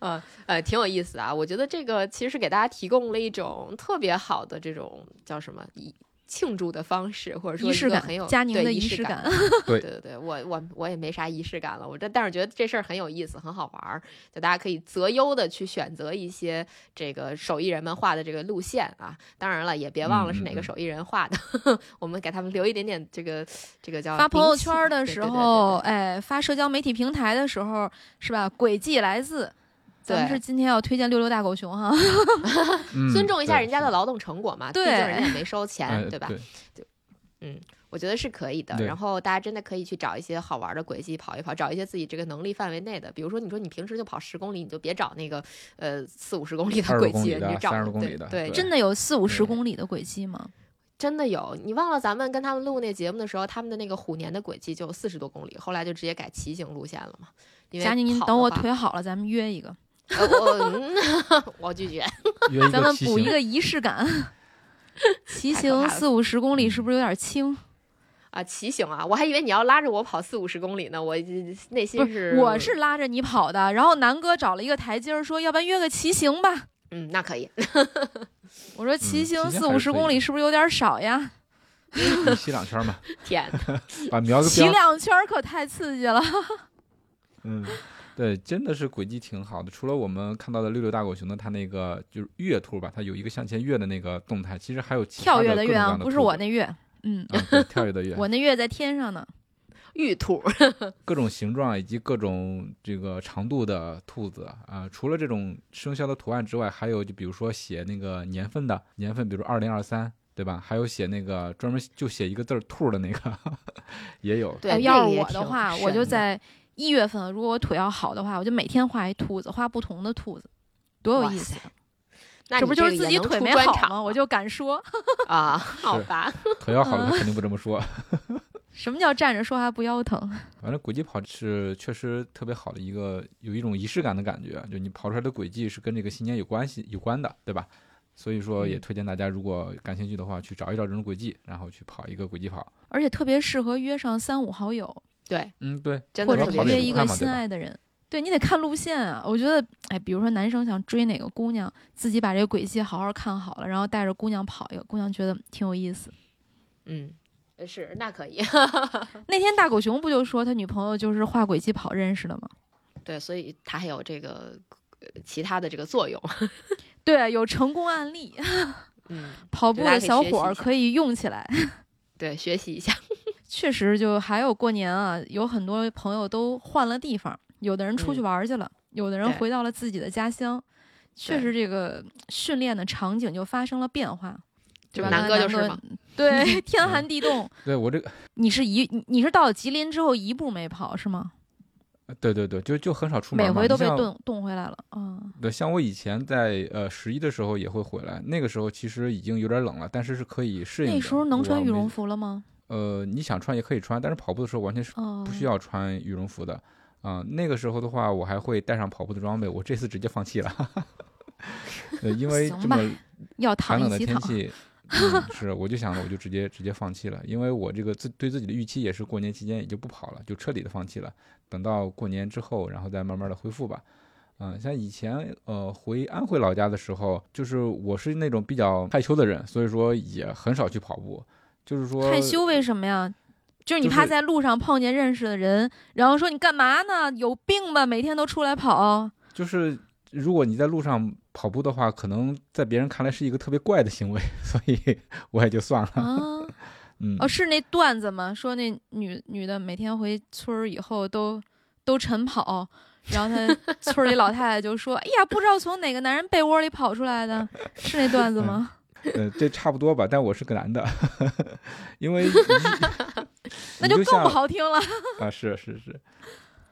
S2: 嗯呃，挺有意思啊。我觉得这个其实是给大家提供了一种特别好的这种叫什么仪庆祝的方式，或者 (laughs) 说
S1: 仪式
S2: 一个
S1: 感
S2: 很有，
S1: 佳宁
S2: 对
S1: 的
S2: 仪
S1: 仪
S2: 式
S1: 式感。
S2: 对对对，我我我也没啥仪式感了，我这但是觉得这事儿很有意思，很好玩儿，就大家可以择优的去选择一些这个手艺人们画的这个路线啊。当然了，也别忘了是哪
S3: 嗯嗯
S2: 个
S3: 嗯
S2: 手艺人画的， (laughs) 我们给他们留一点点这个这个叫
S1: 发朋友
S2: 名气
S1: 圈的
S2: 啊对
S1: 时
S2: 对对对
S1: 候，哎，发社交媒体平台的时候，是吧？轨迹来自，咱们
S2: 对
S1: 是今天要推荐六六大狗熊哈。
S3: 嗯
S2: 尊重一下
S3: 对
S2: 人家的劳动成果嘛，毕竟
S1: 对
S2: 人家也没收
S3: 哎
S2: 钱，对吧？
S3: 对，
S2: 我觉得是可以的。
S3: 对
S2: 然后大家真的可以去找一些好玩的轨迹跑一跑，找一些自己这个能力范围内的。比如说，你说你平时就跑十公里，你就别找那个呃四五十公里的
S3: 20
S2: 轨
S3: 公
S2: 迹，
S3: 里的
S2: 你就找
S3: 30公里的
S2: 对
S3: 对
S1: 真的有四五十
S3: 对
S1: 公里的轨迹吗？
S2: 真的有，你忘了咱们跟他们录那节目的时候，他们的那个虎年的轨迹就四十多公里，后来就直接改骑行路线了嘛。因为
S1: 佳宁，你
S2: 跑的
S1: 等我
S2: 话，
S1: 腿好了，咱们约一个，
S2: 呃我嗯 (laughs) 我拒绝。
S3: 约一
S1: 咱
S3: 个
S1: 们
S3: 骑
S1: 补一
S3: 行，
S1: 个仪式感。
S2: (laughs)
S1: 骑
S2: 太可怕
S1: 行
S2: 了
S1: 四五十公里是不是有点轻？
S2: 啊，骑行啊！我还以为你要拉着我跑四五十公里呢，我呃内
S1: 不
S2: 心
S1: 是，我是拉着你跑的。然后南哥找了一个台阶儿，说要不然约个骑行吧。
S2: 嗯，那可以， (laughs)
S1: 我说
S3: 嗯骑
S1: 骑行
S3: 行
S1: 四
S3: 还
S1: 五
S3: 是
S1: 十
S3: 可
S1: 公
S3: 以
S1: 里是不是有点少呀？ (laughs)
S3: 你骑两圈嘛，
S2: 天，
S3: 把苗个
S1: 骑
S3: 标，
S1: 两圈儿可太刺激了。
S3: 嗯，对，真的是轨迹挺好的。除了我们看到的六六大狗熊的它那个就是跃兔吧，它有一个向前跃的那个动态，其实还有其他
S1: (laughs) 跳跃
S3: 的各
S1: 跃
S3: 种各
S1: 啊，
S3: 样的
S1: 不是
S3: 兔
S1: 我
S3: 子
S1: 那跃，嗯，，
S3: 啊对跳跃的跃
S1: (laughs) 我那跃在天上呢。(laughs)
S2: 玉兔，
S3: 各种形状以及各种这个长度的兔子啊、除了这种生肖的图案之外，还有就比如说写那个年份的年份，比如二零二三，对吧？还有写那个专门就写一个字儿“兔”的那个 (laughs)
S1: (laughs)
S3: 也有。
S2: 对
S1: 呃
S2: 那
S1: 要
S2: 个
S1: 是
S2: 也
S1: 我的
S2: 挺
S1: 话，我
S2: 神
S1: 就
S2: 的
S1: 在一月份，如果我腿要好的话，我就每天画一兔子，画不同的兔子，多有
S2: 哇
S1: 意思
S2: 塞！那
S1: 这
S2: 你
S1: 不就是
S2: 个
S1: 自
S2: 也
S1: 己
S2: 能
S1: 腿
S2: 出
S1: 没
S2: 专
S1: 好
S2: 场
S1: 吗？
S2: 了
S1: 我就敢说， (laughs)
S2: 啊， (laughs) 好
S3: 是
S2: 吧，
S3: 腿要好了，他肯定不这么说。
S1: 什么叫站着说话不腰疼？ (laughs)
S3: 反正轨迹跑是确实特别好的一个，有一种仪式感的感觉，就你跑出来的轨迹是跟这个新年有关系有关的，对吧？所以说也
S2: 嗯
S3: 推荐大家，如果感兴趣的话，去找一找这种轨迹，然后去跑一个轨迹跑。
S1: 而且特别适合约上三五好友，
S2: 对，
S3: 嗯，对，
S2: 真
S1: 或
S2: 的
S1: 者
S2: 特
S1: 你
S2: 别
S3: 跑得
S1: 约
S3: 也
S1: 一
S3: 不快
S1: 个
S3: 嘛对
S1: 心
S3: 吧
S1: 爱的人。对你得看路线啊，我觉得，哎，比如说男生想追哪个姑娘，自己把这个轨迹好好看好了，然后带着姑娘跑一个，姑娘觉得挺有意思。
S2: 嗯，是那可以，
S1: 那天大狗熊不就说他女朋友就是画轨迹跑认识的吗？
S2: (laughs) 对，所以它还有这个呃其他的这个作用，
S1: 对，有成功案例，
S2: 嗯，
S1: 跑步
S2: 大
S1: 的
S2: 家可以
S1: 小
S2: 学习
S1: 伙儿
S2: 一下
S1: 可以用起来。 (laughs)
S2: 对，学习一下，
S1: 确实，就还有过年啊，有很多朋友都换了地方，有的人出去
S2: 嗯
S1: 玩儿去了，有的人
S2: 对
S1: 回到了自己的家乡。确
S2: 对
S1: 实，这个训练的场景就发生了变化。
S2: 就
S1: 原来
S2: 南哥就是嘛，
S1: 对， (laughs) 天寒地冻。
S3: 对我这个，
S1: 你是一你你是到了吉林之后一步没跑是吗？
S3: 对对对，就就很少出门
S1: 每
S3: 嘛。
S1: 回
S3: 你
S1: 都被
S3: 像
S1: 冻冻回来了啊、嗯
S3: 对，像我以前在呃十一的时候也会回来，那个时候其实已经有点冷了，但是是可以适应的。
S1: 那时候能
S3: 我
S1: 穿羽
S3: 没
S1: 绒？服了吗？
S3: 呃，你想穿也可以穿，但是跑步的时候完全是
S1: 哦，
S3: 不需。要穿羽绒服的。啊、那个时候的话，我还会带上跑步的装备，我这次直接放弃了。 (laughs) 呃，因为
S1: 行
S3: 这么
S1: 吧要
S3: 寒
S1: 躺
S3: 冷
S1: 一起
S3: 的天
S1: 躺。 (laughs)
S3: 气，嗯，是，我就想着我就直接直接放弃了，因为我这个自对自己的预期也是过年期间也就不跑了，就彻底的放弃了，等到过年之后，然后再慢慢的恢复吧。嗯，像以前呃回安徽老家的时候，就是我是那种比较害羞的人，所以说也很少去跑步，就是说
S1: 害羞为什么呀？就是你
S3: 就
S1: 怕
S3: 是
S1: 在路上碰见认识的人，然后说你干嘛呢？有病吧？每天都出来
S3: (laughs)
S1: 跑，哦
S3: 就是如果你在路上跑步的话，可能在别人看来是一个特别怪的行为， (laughs) 所以我也就算了。
S1: 啊，
S3: 嗯，
S1: 哦，是那段子吗？说那女女的每天回村儿以后都都晨跑，然后
S3: (laughs)
S1: 她村儿里老太太就说：“哎呀，不知道从哪个男人被窝里跑出来的，是那段子吗？”
S3: 呃，这差不多吧，但我是个男的， (laughs) 因为你
S1: (laughs) 那
S3: 你就
S1: 更不
S3: 像
S1: 好听了。
S3: (laughs) 啊，是是是，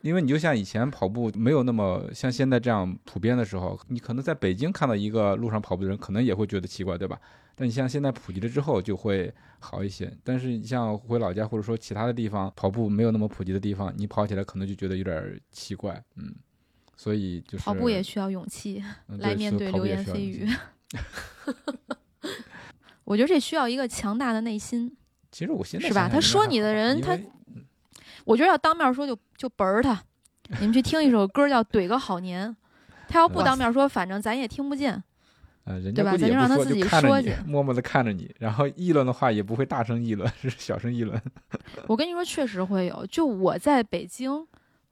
S3: 因为你就像以前跑步没有那么像现在这样普遍的时候，你可能在北京看到一个路上跑步的人，可能也会觉得奇怪，对吧？但你像现在普及了之后，就会好一些。但是你像回老家或者说其他的地方跑步没有那么普及的地方，你跑起来可能就觉得有点儿奇怪，嗯。所以就是
S1: 跑步也需要勇气
S3: 嗯
S1: 来
S3: 对
S1: 面
S3: 所以
S1: 对
S3: 跑步
S1: 流
S3: 也
S1: 言
S3: 需要
S1: 蜚
S3: 勇气
S1: (laughs)
S3: (laughs)
S1: 语。我觉得这需要一个强大的内心。
S3: 其实我现
S1: (laughs)
S3: 在
S1: 是吧他
S3: 想想应该
S1: 说
S3: 还
S1: 你的
S3: 好
S1: 人
S3: 因
S1: 他
S3: 为
S1: 我觉得要当面说就就本儿他。你们去听一首歌叫《怼个好年》，他要不当面说，反正咱也听不见。
S3: 呃，人
S1: 对
S3: 家
S1: 吧
S3: 估计
S1: 咱
S3: 也
S1: 就让
S3: 不
S1: 他
S3: 说，
S1: 自己
S3: 就看着
S1: 说
S3: 你
S1: 去，
S3: 默默的看着你，然后议论的话也不会大声议论，是小声议论。
S1: 我跟你说，确实会有。就我在北京，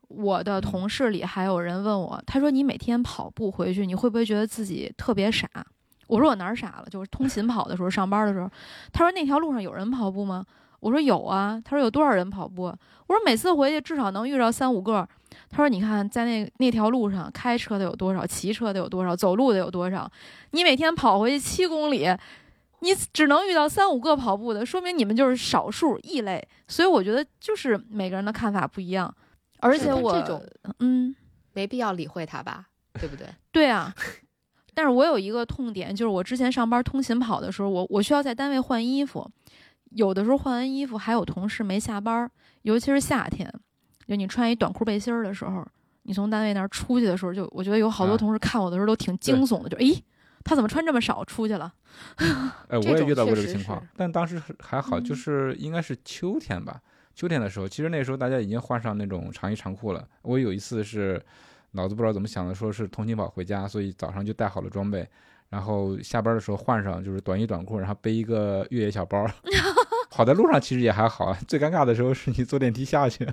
S1: 我的同事里还有人问我，他说你每天跑步回去，你会不会觉得自己特别傻？我说我哪儿傻了？就是通勤跑的时候，上班的时候。他说那条路上有人跑步吗？我说有啊。他说有多少人跑步啊？我说每次回去至少能遇到三五个。他说你看在那那条路上，开车的有多少，骑车的有多少，走路的有多少？你每天跑回去七公里，你只能遇到三五个跑步的，说明你们就是少数异类。所以我觉得就是每个人的看法不一样，而
S2: 是
S1: 且
S2: 的
S1: 我
S2: 这种
S1: 嗯，
S2: 没必要理会它吧，对不对？
S1: 对啊。但是我有一个痛点，就是我之前上班通勤跑的时候，我我需要在单位换衣服，有的时候换完衣服还有同事没下班儿，尤其是夏天，就你穿一短裤背心儿的时候，你从单位那儿出去的时候就，我觉得有好多
S3: 啊
S1: 同事看我的时候都挺惊悚的，就诶，他怎么穿这么少出去了？
S3: 哎，
S2: 这
S3: 我也
S2: 种
S3: 遇到
S2: 确
S3: 过这个
S2: 实
S3: 情况
S2: 是，
S3: 但当时是还好，
S1: 嗯
S3: 就是应该是秋天吧。秋天的时候，其实那时候大家已经换上那种长衣长裤了。我有一次是脑子不知道怎么想的，说是通勤跑回家，所以早上就带好了装备，然后下班的时候换上就是短衣短裤，然后背一个越
S1: (laughs)
S3: 野小包。跑在路上其实也还好啊，最尴尬的时候是你坐电梯下去，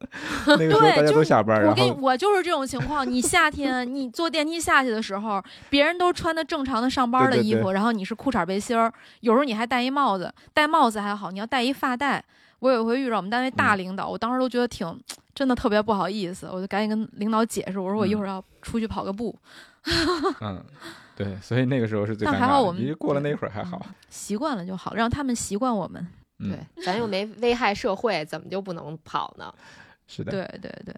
S3: (laughs) 那个时候
S1: 对
S3: 大家
S1: 就
S3: 都下班，
S1: 我
S3: 然
S1: 跟你
S3: 后
S1: 我就是这种情况，你夏天你坐电梯下去的时候，别人都穿的正常的上班的
S3: 对对
S1: 衣服，
S3: 对
S1: 然后你是裤衩背心儿，有时候你还戴一帽子，戴帽子还好，你要戴一发带。我有一回遇着我们单位大
S3: 嗯
S1: 领导，我当时都觉得挺真的特别不好意思，我就赶紧跟领导解释，我说我一会儿要出去跑个步，
S3: 嗯，对，所以那个时候是最尴
S1: 但还好我
S3: 尬的。
S1: 们
S3: 其实过了那会儿还好，
S1: 习惯了就好，让他们习惯我们。
S3: 嗯，
S2: 对，咱又没危害社会，怎么就不能跑呢？
S3: 是的，
S1: 对对对。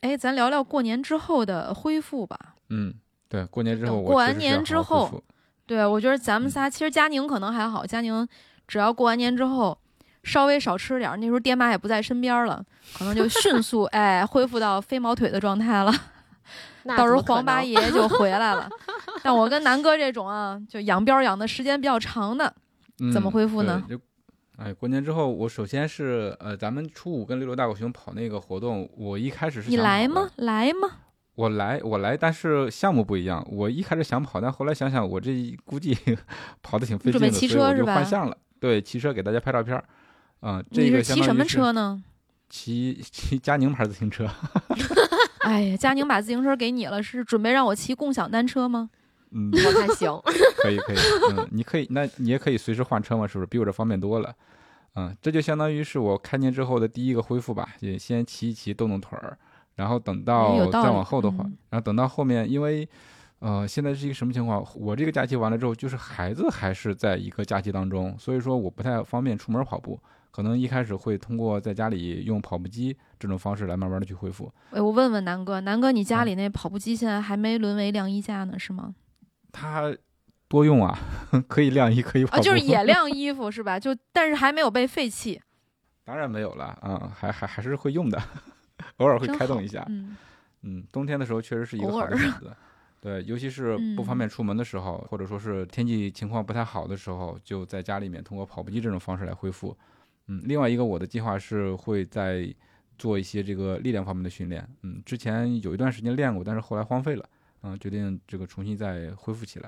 S1: 哎，咱聊聊过年之后的恢复吧。
S3: 嗯，对，过年之后
S1: 等
S3: 我
S1: 过
S3: 确
S1: 完
S3: 实是
S1: 年
S3: 要
S1: 之
S3: 好好恢
S1: 后
S3: 复，
S1: 对，我觉得咱们
S3: 嗯
S1: 仨，其实佳宁可能还好，佳宁只要过完年之后稍微少吃点儿，那时候爹妈也不在身边了，可能就迅
S3: (laughs)
S1: 速哎恢复到飞毛腿的状态了。
S2: 那
S1: 到时候
S2: 怎么可
S1: 黄八
S2: 能
S1: 爷就回来了。但我跟南哥这种啊，就养膘养的时间比较长的，怎么
S3: 嗯
S1: 恢复呢？
S3: 对就哎，过年之后，我首先是呃，咱们初五跟六六大狗熊跑那个活动，我一开始是
S1: 你
S3: 想
S1: 来
S3: 跑的
S1: 吗？？来吗？
S3: 我来，我来，但是项目不一样。我一开始想跑，但后来想想，我这一估计 (laughs) 跑的挺
S1: 你
S3: 费劲
S1: 准备
S3: 的，
S1: 骑
S3: 所以
S1: 车
S3: 我
S1: 是
S3: 就
S1: 吧
S3: 换项了。对，骑车给大家拍照片儿。嗯、这
S1: 你
S3: 个
S1: 是
S3: 相
S1: 骑
S3: 当
S1: 什
S3: 于
S1: 么
S3: 是
S1: 车呢？
S3: 骑骑佳宁牌自行车。
S1: 哎呀，佳宁把自行车给你了，是准备让我骑共享单车吗？
S3: 嗯，
S2: 不太行， (laughs)
S3: 可以可
S1: (laughs)
S3: 以，嗯，你可以，那你也可以随时换车嘛，是不是？比我这方便多了。嗯，这就相当于是我开年之后的第一个恢复吧，也先骑一骑，动动腿儿，然后等
S1: 哎有
S3: 到
S1: 道
S3: 再
S1: 理
S3: 往后的话，
S1: 嗯
S3: 然后等到后面，因为呃，现在是一个什么情况？我这个假期完了之后，就是孩子还是在一个假期当中，所以说我不太方便出门跑步，可能一开始会通过在家里用跑步机这种方式来慢慢的去恢复。
S1: 哎，我问问南哥，南哥，你家
S3: 啊
S1: 里那跑步机现在还没沦为晾衣架呢，是吗？
S3: 它多用啊， (laughs) 可以晾衣，可以跑
S1: 啊，
S3: 步，
S1: 就是也
S3: (laughs)
S1: 晾衣服是吧？就但是还没有被废弃，
S3: 当然没有了，嗯，还还还是会用的， (laughs) 偶尔会
S1: 真
S3: 开
S1: 好
S3: 动一下。
S1: 嗯，
S3: 嗯，冬天的时候确实是一个
S1: 偶
S3: 好的
S1: 尔
S3: 选择。对，尤其是不方
S1: 嗯
S3: 便出门的时候，或者说是天气情况不太好的时候，就在家里面通过跑步机这种方式来恢复。嗯，另外一个我的计划是会在做一些这个力量方面的训练。嗯，之前有一段时间练过，但是后来荒废了。嗯，决定这个重新再恢复起来。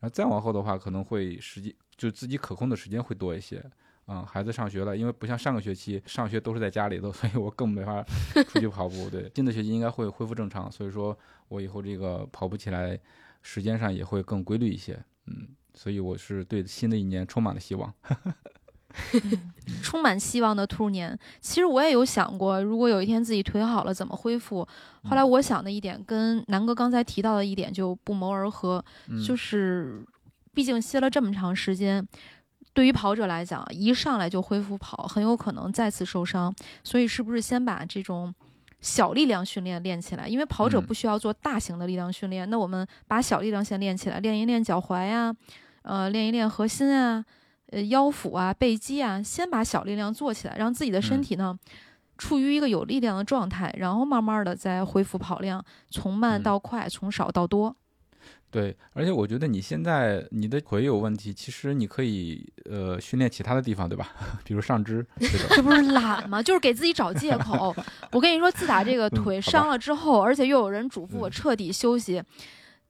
S3: 然后再往后的话，可能会实际就自己可控的时间会多一些。嗯，孩子上学了，因为不像上个学期上学都是在家里头，所以我更没法出去跑步。对，新的学期应该会恢复正常，所以说我以后这个跑步起来时间上也会更规律一些。嗯，所以我是对新的一年充满了希望。
S1: 充满希望的兔年。其实我也有想过，如果有一天自己腿好了，怎么恢复？后
S3: 嗯
S1: 来我想的一点跟南哥刚才提到的一点就不谋而合，
S3: 嗯，
S1: 就是毕竟歇了这么长时间。对于跑者来讲，一上来就恢复跑，很有可能再次受伤，所以是不是先把这种小力量训练练起来？因为跑者
S3: 嗯
S1: 不需要做大型的力量训练，那我们把小力量先练起来，练一练脚踝呀、呃，练一练核心啊，呃，腰腹啊、背肌啊，先把小力量做起来，让自己的身
S3: 嗯
S1: 体呢、处于一个有力量的状态，然后慢慢的再恢复跑量，从慢
S3: 嗯
S1: 到快，从少到多。
S3: 对，而且我觉得你现在你的腿有问题，其实你可以呃训练其他的地方，对吧？ (laughs) 比如上肢这种。
S1: 这不是懒吗？就是给自己找借口。我跟你说，自打这个腿
S3: 嗯好吧
S1: 伤了之后，而且又有人嘱咐我
S3: 嗯
S1: 彻底休息，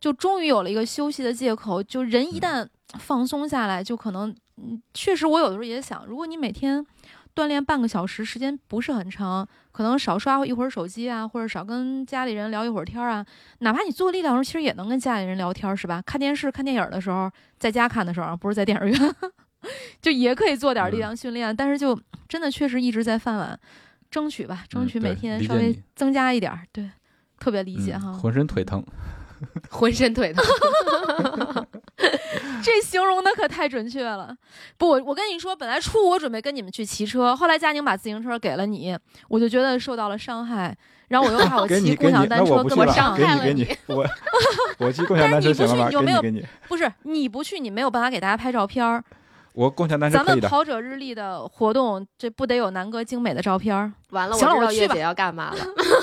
S1: 就终于有了一个休息的借口。就人
S3: 嗯
S1: 一旦放松下来，就可能，嗯，确实我有的时候也想，如果你每天锻炼半个小时，时间不是很长，可能少刷一会儿手机啊，或者少跟家里人聊一会儿天儿啊，哪怕你做力量的时候，其实也能跟家里人聊天儿，是吧？看电视、看电影儿的时候，在家看的时候啊，不是在电影院， (laughs) 就也可以做点儿力
S3: 嗯
S1: 量训练，但是就真的确实一直在犯懒，争取吧，争取每
S3: 嗯对
S1: 天
S3: 理
S1: 稍
S3: 解
S1: 微
S3: 你
S1: 增加一点儿，对，特 (laughs) 别理解
S3: 嗯
S1: 哈。
S3: 浑身腿疼。
S2: 浑身腿 (laughs) 疼。
S1: 这形容的可太准确了。不，我我跟你说，本来初五我准备跟你们去骑车，后来佳宁把自行车给了你，我就觉得受到了伤害，然后我又怕我
S3: (laughs) 给
S1: 骑
S3: 你
S1: 共
S3: 给你，
S1: 享单
S3: 那
S1: 车
S3: 我不
S1: 跟
S3: 去
S1: 不
S2: 了
S1: 上
S2: 伤
S3: 了，，给
S2: 害
S3: 你
S2: 了
S3: 给你，我 (laughs) 我骑共享单
S1: 但是
S3: 车
S1: 你
S3: 行
S1: 不去
S3: 了吧？
S1: 你有没有
S3: 给你给你，
S1: 不是你不去，你没有办法给大家拍照片儿。
S3: 我共享单车
S1: 咱
S3: 可
S1: 们
S3: 以的。
S1: 跑者日历的活动，这不得有南哥精美的照片儿？
S2: 完了，我知
S1: 行了我
S2: 道
S1: 去
S2: 月
S1: 吧
S2: 姐要干嘛 (laughs) 了。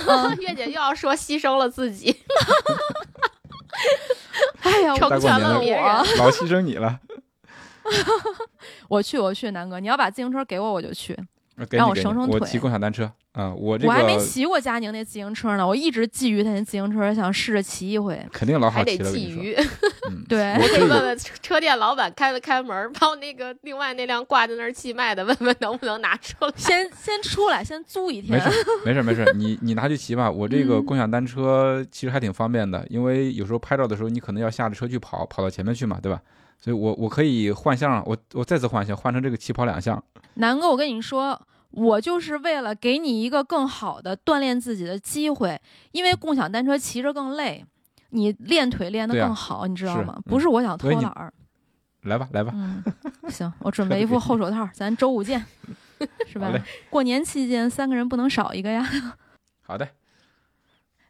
S1: 嗯，
S2: 月姐又要说牺牲了自己，
S1: (laughs) 哎呀，
S2: 成
S1: 我
S3: 全了
S2: 别人
S1: 我。
S3: 老牺牲你了，
S1: (laughs) 我去，我去，南哥，你要把自行车给我，我就去。
S3: 呃给
S1: 让
S3: 你
S1: 我
S3: 给
S1: 省
S3: 你
S1: 省
S3: 我
S1: 腿
S3: 骑共享单车啊、我这
S1: 我还没
S3: 个
S1: 骑过佳宁那自行车呢，我一直觊觎他那自行车，想试着骑一回。
S3: 肯定老
S2: 还
S3: 好
S2: 得
S3: 骑了。我跟
S2: 觊
S3: 你说，
S2: 觎。
S3: 嗯，嗯，
S1: 对
S3: 我
S2: 我可以
S3: 这
S2: 问
S3: 个
S2: 问车车店老板开没开门，把我那个另外那辆挂在那儿寄卖的，问问能不能拿出来。
S1: 先先出来，先租一
S3: 没
S1: 天
S3: 事。没事没事，你你拿去骑吧。我这个
S1: 嗯
S3: 共享单车其实还挺方便的，因为有时候拍照的时候你可能要下着车去跑，跑到前面去嘛，对吧？所以我我可以换项了，我我再次换项，换成这个起跑两项。
S1: (laughs) 南哥，我跟你说，我就是为了给你一个更好的锻炼自己的机会，因为共享单车骑着更累，你练腿练得
S3: 对啊
S1: 更好，你知道
S3: 是
S1: 吗
S3: 嗯？
S1: 不是我想偷
S3: 所以你
S1: 懒儿，
S3: 来吧来吧，
S1: 嗯，行，我准备一副厚手套，咱周五
S3: (laughs)
S1: 见，是吧
S3: 好嘞？
S1: 过年期间三个人不能少一个呀。
S3: 好的，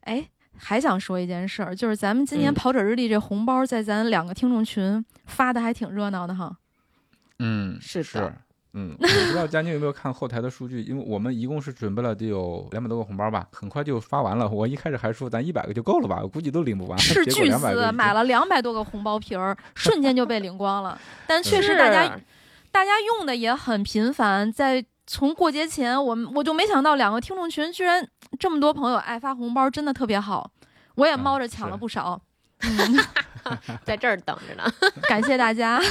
S1: 哎，还想说一件事儿，就是咱们今年
S3: 嗯
S1: 跑者日历这红包在咱两个听众群发的还挺热闹的哈。
S3: 嗯，
S2: 是的
S3: 是。
S1: (laughs)
S3: 嗯，我不知道佳宁有没有看后台的数据，因为我们一共是准备了得有两百多个红包吧，很快就发完了。我一开始还说咱一百个就够了吧，我估计都领不完，
S1: 斥
S3: 结果
S1: 巨
S3: 两百个已
S1: 资
S3: 经
S1: 买了两百多个红包皮儿，瞬间就被领光
S3: (laughs)
S1: 了。但确实
S2: 是
S1: 大家大家用的也很频繁，在从过节前，我们我就没想到两个听众群居然这么多朋友爱发红包，真的特别好。我也
S3: 嗯
S1: 猫着抢了
S3: 是
S1: 不少，嗯，
S2: 在这儿等着呢。
S1: (laughs) 感谢大家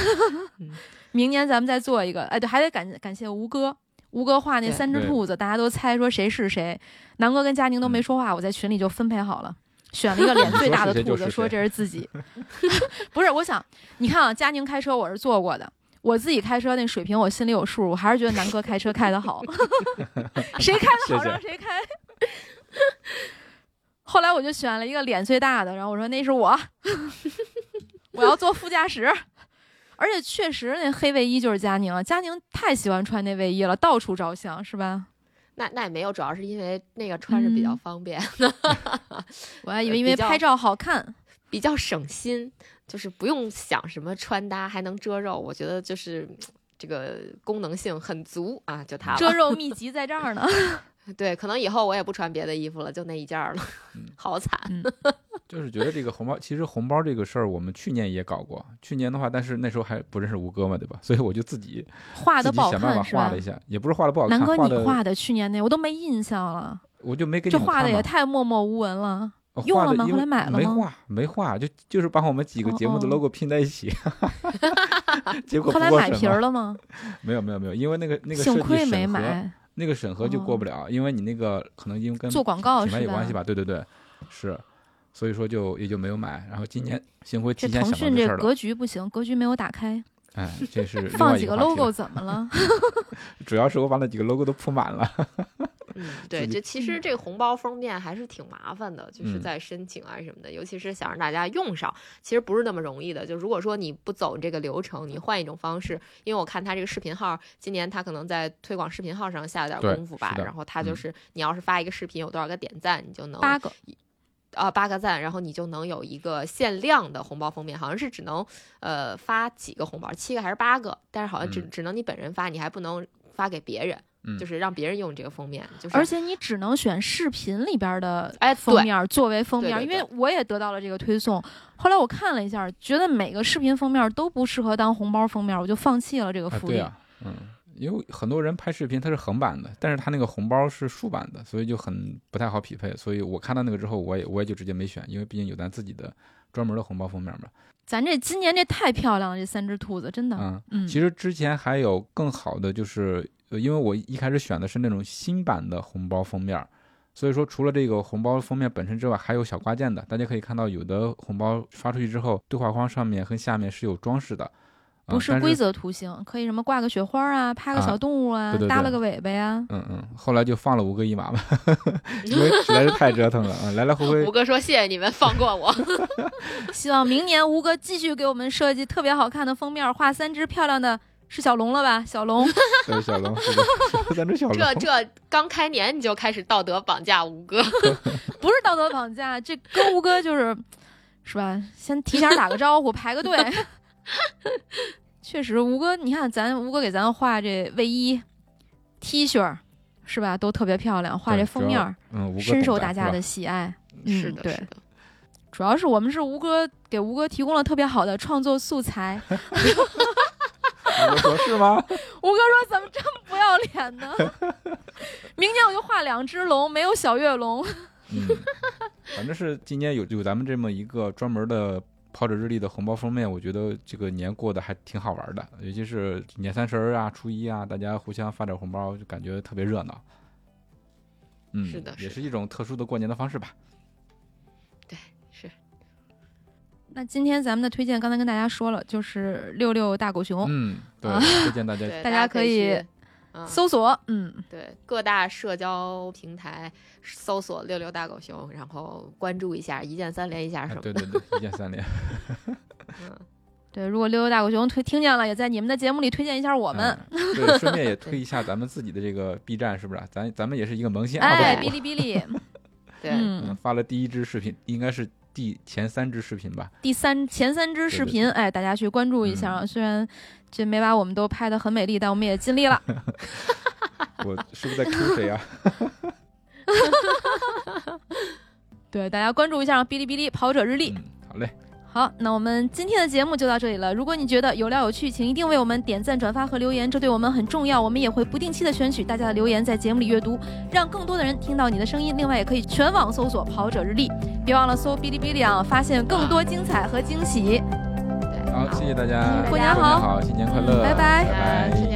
S2: 嗯。
S1: 明年咱们再做一个，哎，对，还得感感谢吴哥，吴哥画那
S2: 对
S1: 三只
S3: 对
S1: 兔子，大家都猜说谁是谁，南哥跟佳宁都没说话，我在群里就分配好了。选了一个脸最大的兔子，
S3: 你说是谁就是谁
S1: 说这是自己。 (laughs) 不是，我想，你看啊，佳宁开车我是坐过的，我自己开车那水平我心里有数，我还是觉得南哥开车开得
S3: (laughs)
S1: 好，谁开得好
S3: 谢谢
S1: 让谁开。 (laughs) 后来我就选了一个脸最大的，然后我说那是我， (laughs) 我要坐副驾驶。而且确实，那黑卫衣就是佳宁，佳宁太喜欢穿那卫衣了，到处照相是吧？
S2: 那那也没有，主要是因为那个穿着比较
S1: 嗯
S2: 方便，
S1: 我还以为
S2: 呃
S1: 因为
S2: 比较
S1: 拍照好看，
S2: (laughs) 比较省心，就是不用想什么穿搭，还能遮肉。我觉得就是嗯这个功能性很足啊，就它
S1: 遮
S2: 了。
S1: 肉秘籍在这儿
S3: (laughs)
S1: 呢。
S2: 对，可能以后我也不穿别的衣服了，就那一件儿了
S3: 嗯，
S2: (laughs) 好惨。
S3: 就是觉得这个红包，其实红包这个事儿，我们去年也搞过。去年的话，但是那时候还不认识吴哥嘛，对吧？所以我就自己
S1: 画
S3: 自
S1: 的
S3: 己
S1: 不好
S3: 想办法
S1: 看是
S3: 画
S1: 吧
S3: 了一？下，也不是画的不好看，
S1: 南哥，
S3: 画
S1: 你
S3: 的
S1: 画的去年那我都没印象了，
S3: 我就没给你
S1: 这
S3: 们
S1: 画的
S3: 看
S1: 也
S3: 嘛
S1: 太默默无闻了。
S3: 哦
S1: 用
S3: 画
S1: 了
S3: 的
S1: 吗
S3: 因
S1: 后
S3: 为
S1: 来买了
S3: 没
S1: 吗
S3: 画，没画，就就是把我们几个节目的
S1: 哦哦
S3: logo 拼在一
S1: (laughs)
S3: 起，结果
S1: 后来
S3: 不过
S1: 买
S3: 审
S1: 皮
S3: 嘛
S1: 儿了吗？
S3: 没有没有没有，因为那个那个设
S1: 幸
S3: 计
S1: 亏
S3: 审
S1: 没
S3: 核
S1: 买，哦
S3: 那个审核就过不了，因为你那个可能因为跟
S1: 做广告
S3: 品牌
S1: 是
S3: 有关系
S1: 吧？
S3: 吧？对对对，是，所以说就也就没有买。然后今年幸亏
S1: 这
S3: 提前
S1: 腾
S3: 想到
S1: 讯
S3: 这
S1: 这
S3: 事儿了，
S1: 格局不行，格局没有打开，
S3: 哎，这是另
S1: 放
S3: 外一
S1: 几个
S3: 个话题了
S1: logo 怎么
S3: (laughs)
S1: 了？
S3: 主要是我把那几个 logo 都铺满了。
S2: 嗯，对，
S3: 己
S2: 这其实这个红包封面还是挺麻烦的，就是
S3: 嗯
S2: 在申请啊什么的，尤其是想让大家用上，其实不是那么容易的。就如果说你不走这个流程，你换一种方式，因为我看他这个视频号，今年他可能在推广视频号上下了
S3: 对
S2: 点功夫吧
S3: 是，的
S2: 然后他就
S3: 嗯
S2: 是你要是发一个视频有多少个点赞，你就能
S1: 八个，
S2: 啊八个赞，然后你就能有一个限量的红包封面，好像是只能呃发几个红包，七个还是八个，但是好像只、
S3: 嗯
S2: 只能你本人发，你还不能发给别人，
S3: 嗯
S2: 就是让别人用这个封面，就是
S1: 而且你只能选视频里边的
S2: 哎
S1: 封
S2: 对
S1: 面儿作为封
S2: 对
S1: 面儿，
S2: 对
S1: 因
S2: 对
S1: 为我也得到了这个推送。后来我看了一下，觉得每个视频封面儿都不适合当红包封面儿，我就放弃了这个
S3: 啊，
S1: 福
S3: 对
S1: 利。
S3: 呀，嗯，因为很多人拍视频它是横版的，但是它那个红包是竖版的，所以就很不太好匹配。所以我看到那个之后，我也我也就直接没选，因为毕竟有咱自己的专门的红包封面嘛。
S1: 咱这今年这太漂亮了，这三只兔子真的，
S3: 嗯，
S1: 嗯，
S3: 其实之前还有更好的，就是呃因为我一开始选的是那种新版的红包封面儿，所以说除了这个红包封面本身之外，还有小挂件的。大家可以看到，有的红包发出去之后，对话框上面和下面是有装饰的，啊
S1: 不是
S3: 但
S1: 规则图形，可以什么挂个雪花啊，拍个
S3: 啊
S1: 小动物啊，
S3: 对对对
S1: 耷拉个尾巴呀、
S3: 嗯嗯，后来就放了吴哥一马
S1: (laughs)
S3: 吧，因为实在是太折腾了啊，来来回
S2: 胡
S3: 回。
S2: 哥说：“谢谢你们放过我。
S1: (laughs) 希望明年吴哥继续给我们设计特别好看的封面，画三只漂亮的，是小龙了吧？小龙， (laughs)
S3: 对，呃小龙，是的， (laughs) 咱这小龙，
S2: 这这刚开年你就开始道德绑架吴哥，
S1: 不是道德绑架，这跟吴哥就是，是吧？先提前打个招呼，排个队。确实，吴哥，你看咱吴哥给咱画这卫衣、T 恤儿，是吧？都特别漂亮，画
S3: 对
S1: 这
S3: 主
S1: 封
S3: 要
S1: 面儿
S3: 嗯，吴哥
S1: 深受
S3: 懂咱
S1: 大
S3: 是
S1: 家
S3: 吧
S1: 的喜爱。嗯
S2: (laughs) 是的，
S1: 对
S2: 是的，
S1: 主要是我们是吴哥给吴哥提供了特别好的创作素材。
S3: 吴哥说是吗？
S1: 吴哥说：“怎么这么不要脸
S3: (laughs)
S1: 呢？明年我就画两只龙，没有小跃龙。
S3: (laughs) 嗯，反正是今年有有咱们这么一个专门的跑者日历的红包封面，我觉得这个年过得还挺好玩的，尤其是年三十儿啊、初一啊，大家互相发点红包，就感觉特别热闹。嗯，
S2: 是的
S3: 也
S2: 是
S3: 是一种特殊的过年的方式吧。
S1: 那今天咱们的推荐，刚才跟大家说了，就是六六大狗
S2: 哦
S1: 熊，
S3: 嗯，对，
S1: 啊
S3: 推
S2: (laughs)
S3: 荐大家
S2: 对，
S1: 大家
S2: 家
S1: 可以
S2: 以去。嗯，
S1: 搜索，嗯，
S2: 对各大社交平台搜索“六六大狗熊”，然后关注一下，一键三连一下
S3: 啊
S2: 什么
S3: 对
S2: 的。
S3: 对对，一
S2: (laughs)
S3: 键三连。
S2: 嗯，
S1: 对，如果六六大狗熊推听见了，也在你们的节目里推荐一下我们。
S3: 嗯、对，顺便也推一下咱们自己的这个 B 站，是不是啊？咱咱们也是一
S2: (laughs)
S3: 个萌新啊 UP 主，
S1: 哎，
S2: 对
S1: 哔哩哔
S3: (laughs)
S1: 哩，
S2: 对，
S3: 嗯
S1: 嗯，，
S3: 发了第一支视频，应该是第前三支视频吧？
S1: 第三前三支视频，
S3: 对对嗯
S1: 哎，大家去关注一下啊。虽然这没把我们都拍得很美丽，但我们也尽力
S3: (laughs)
S1: 了。
S3: 我是不是在 Q
S2: (laughs)
S3: 谁啊？
S1: 对，大家关注一下啊哔哩哔哩跑者日历。
S3: 嗯，好嘞，
S1: 好，那我们今天的节目就到这里了。如果你觉得有料有趣，请一定为我们点赞、转发和留言，这对我们很重要。我们也会不定期的选取大家的留言，在节目里阅读，让更多的人听到你的声音。另外，也可以全网搜索“跑者日历”，别忘了搜哔哩哔哩啊，发现更多精彩和惊喜。
S3: 好，谢谢大家，
S1: 过年好
S3: 好，新年快乐，
S1: 嗯拜拜
S3: 拜拜
S2: 大家春节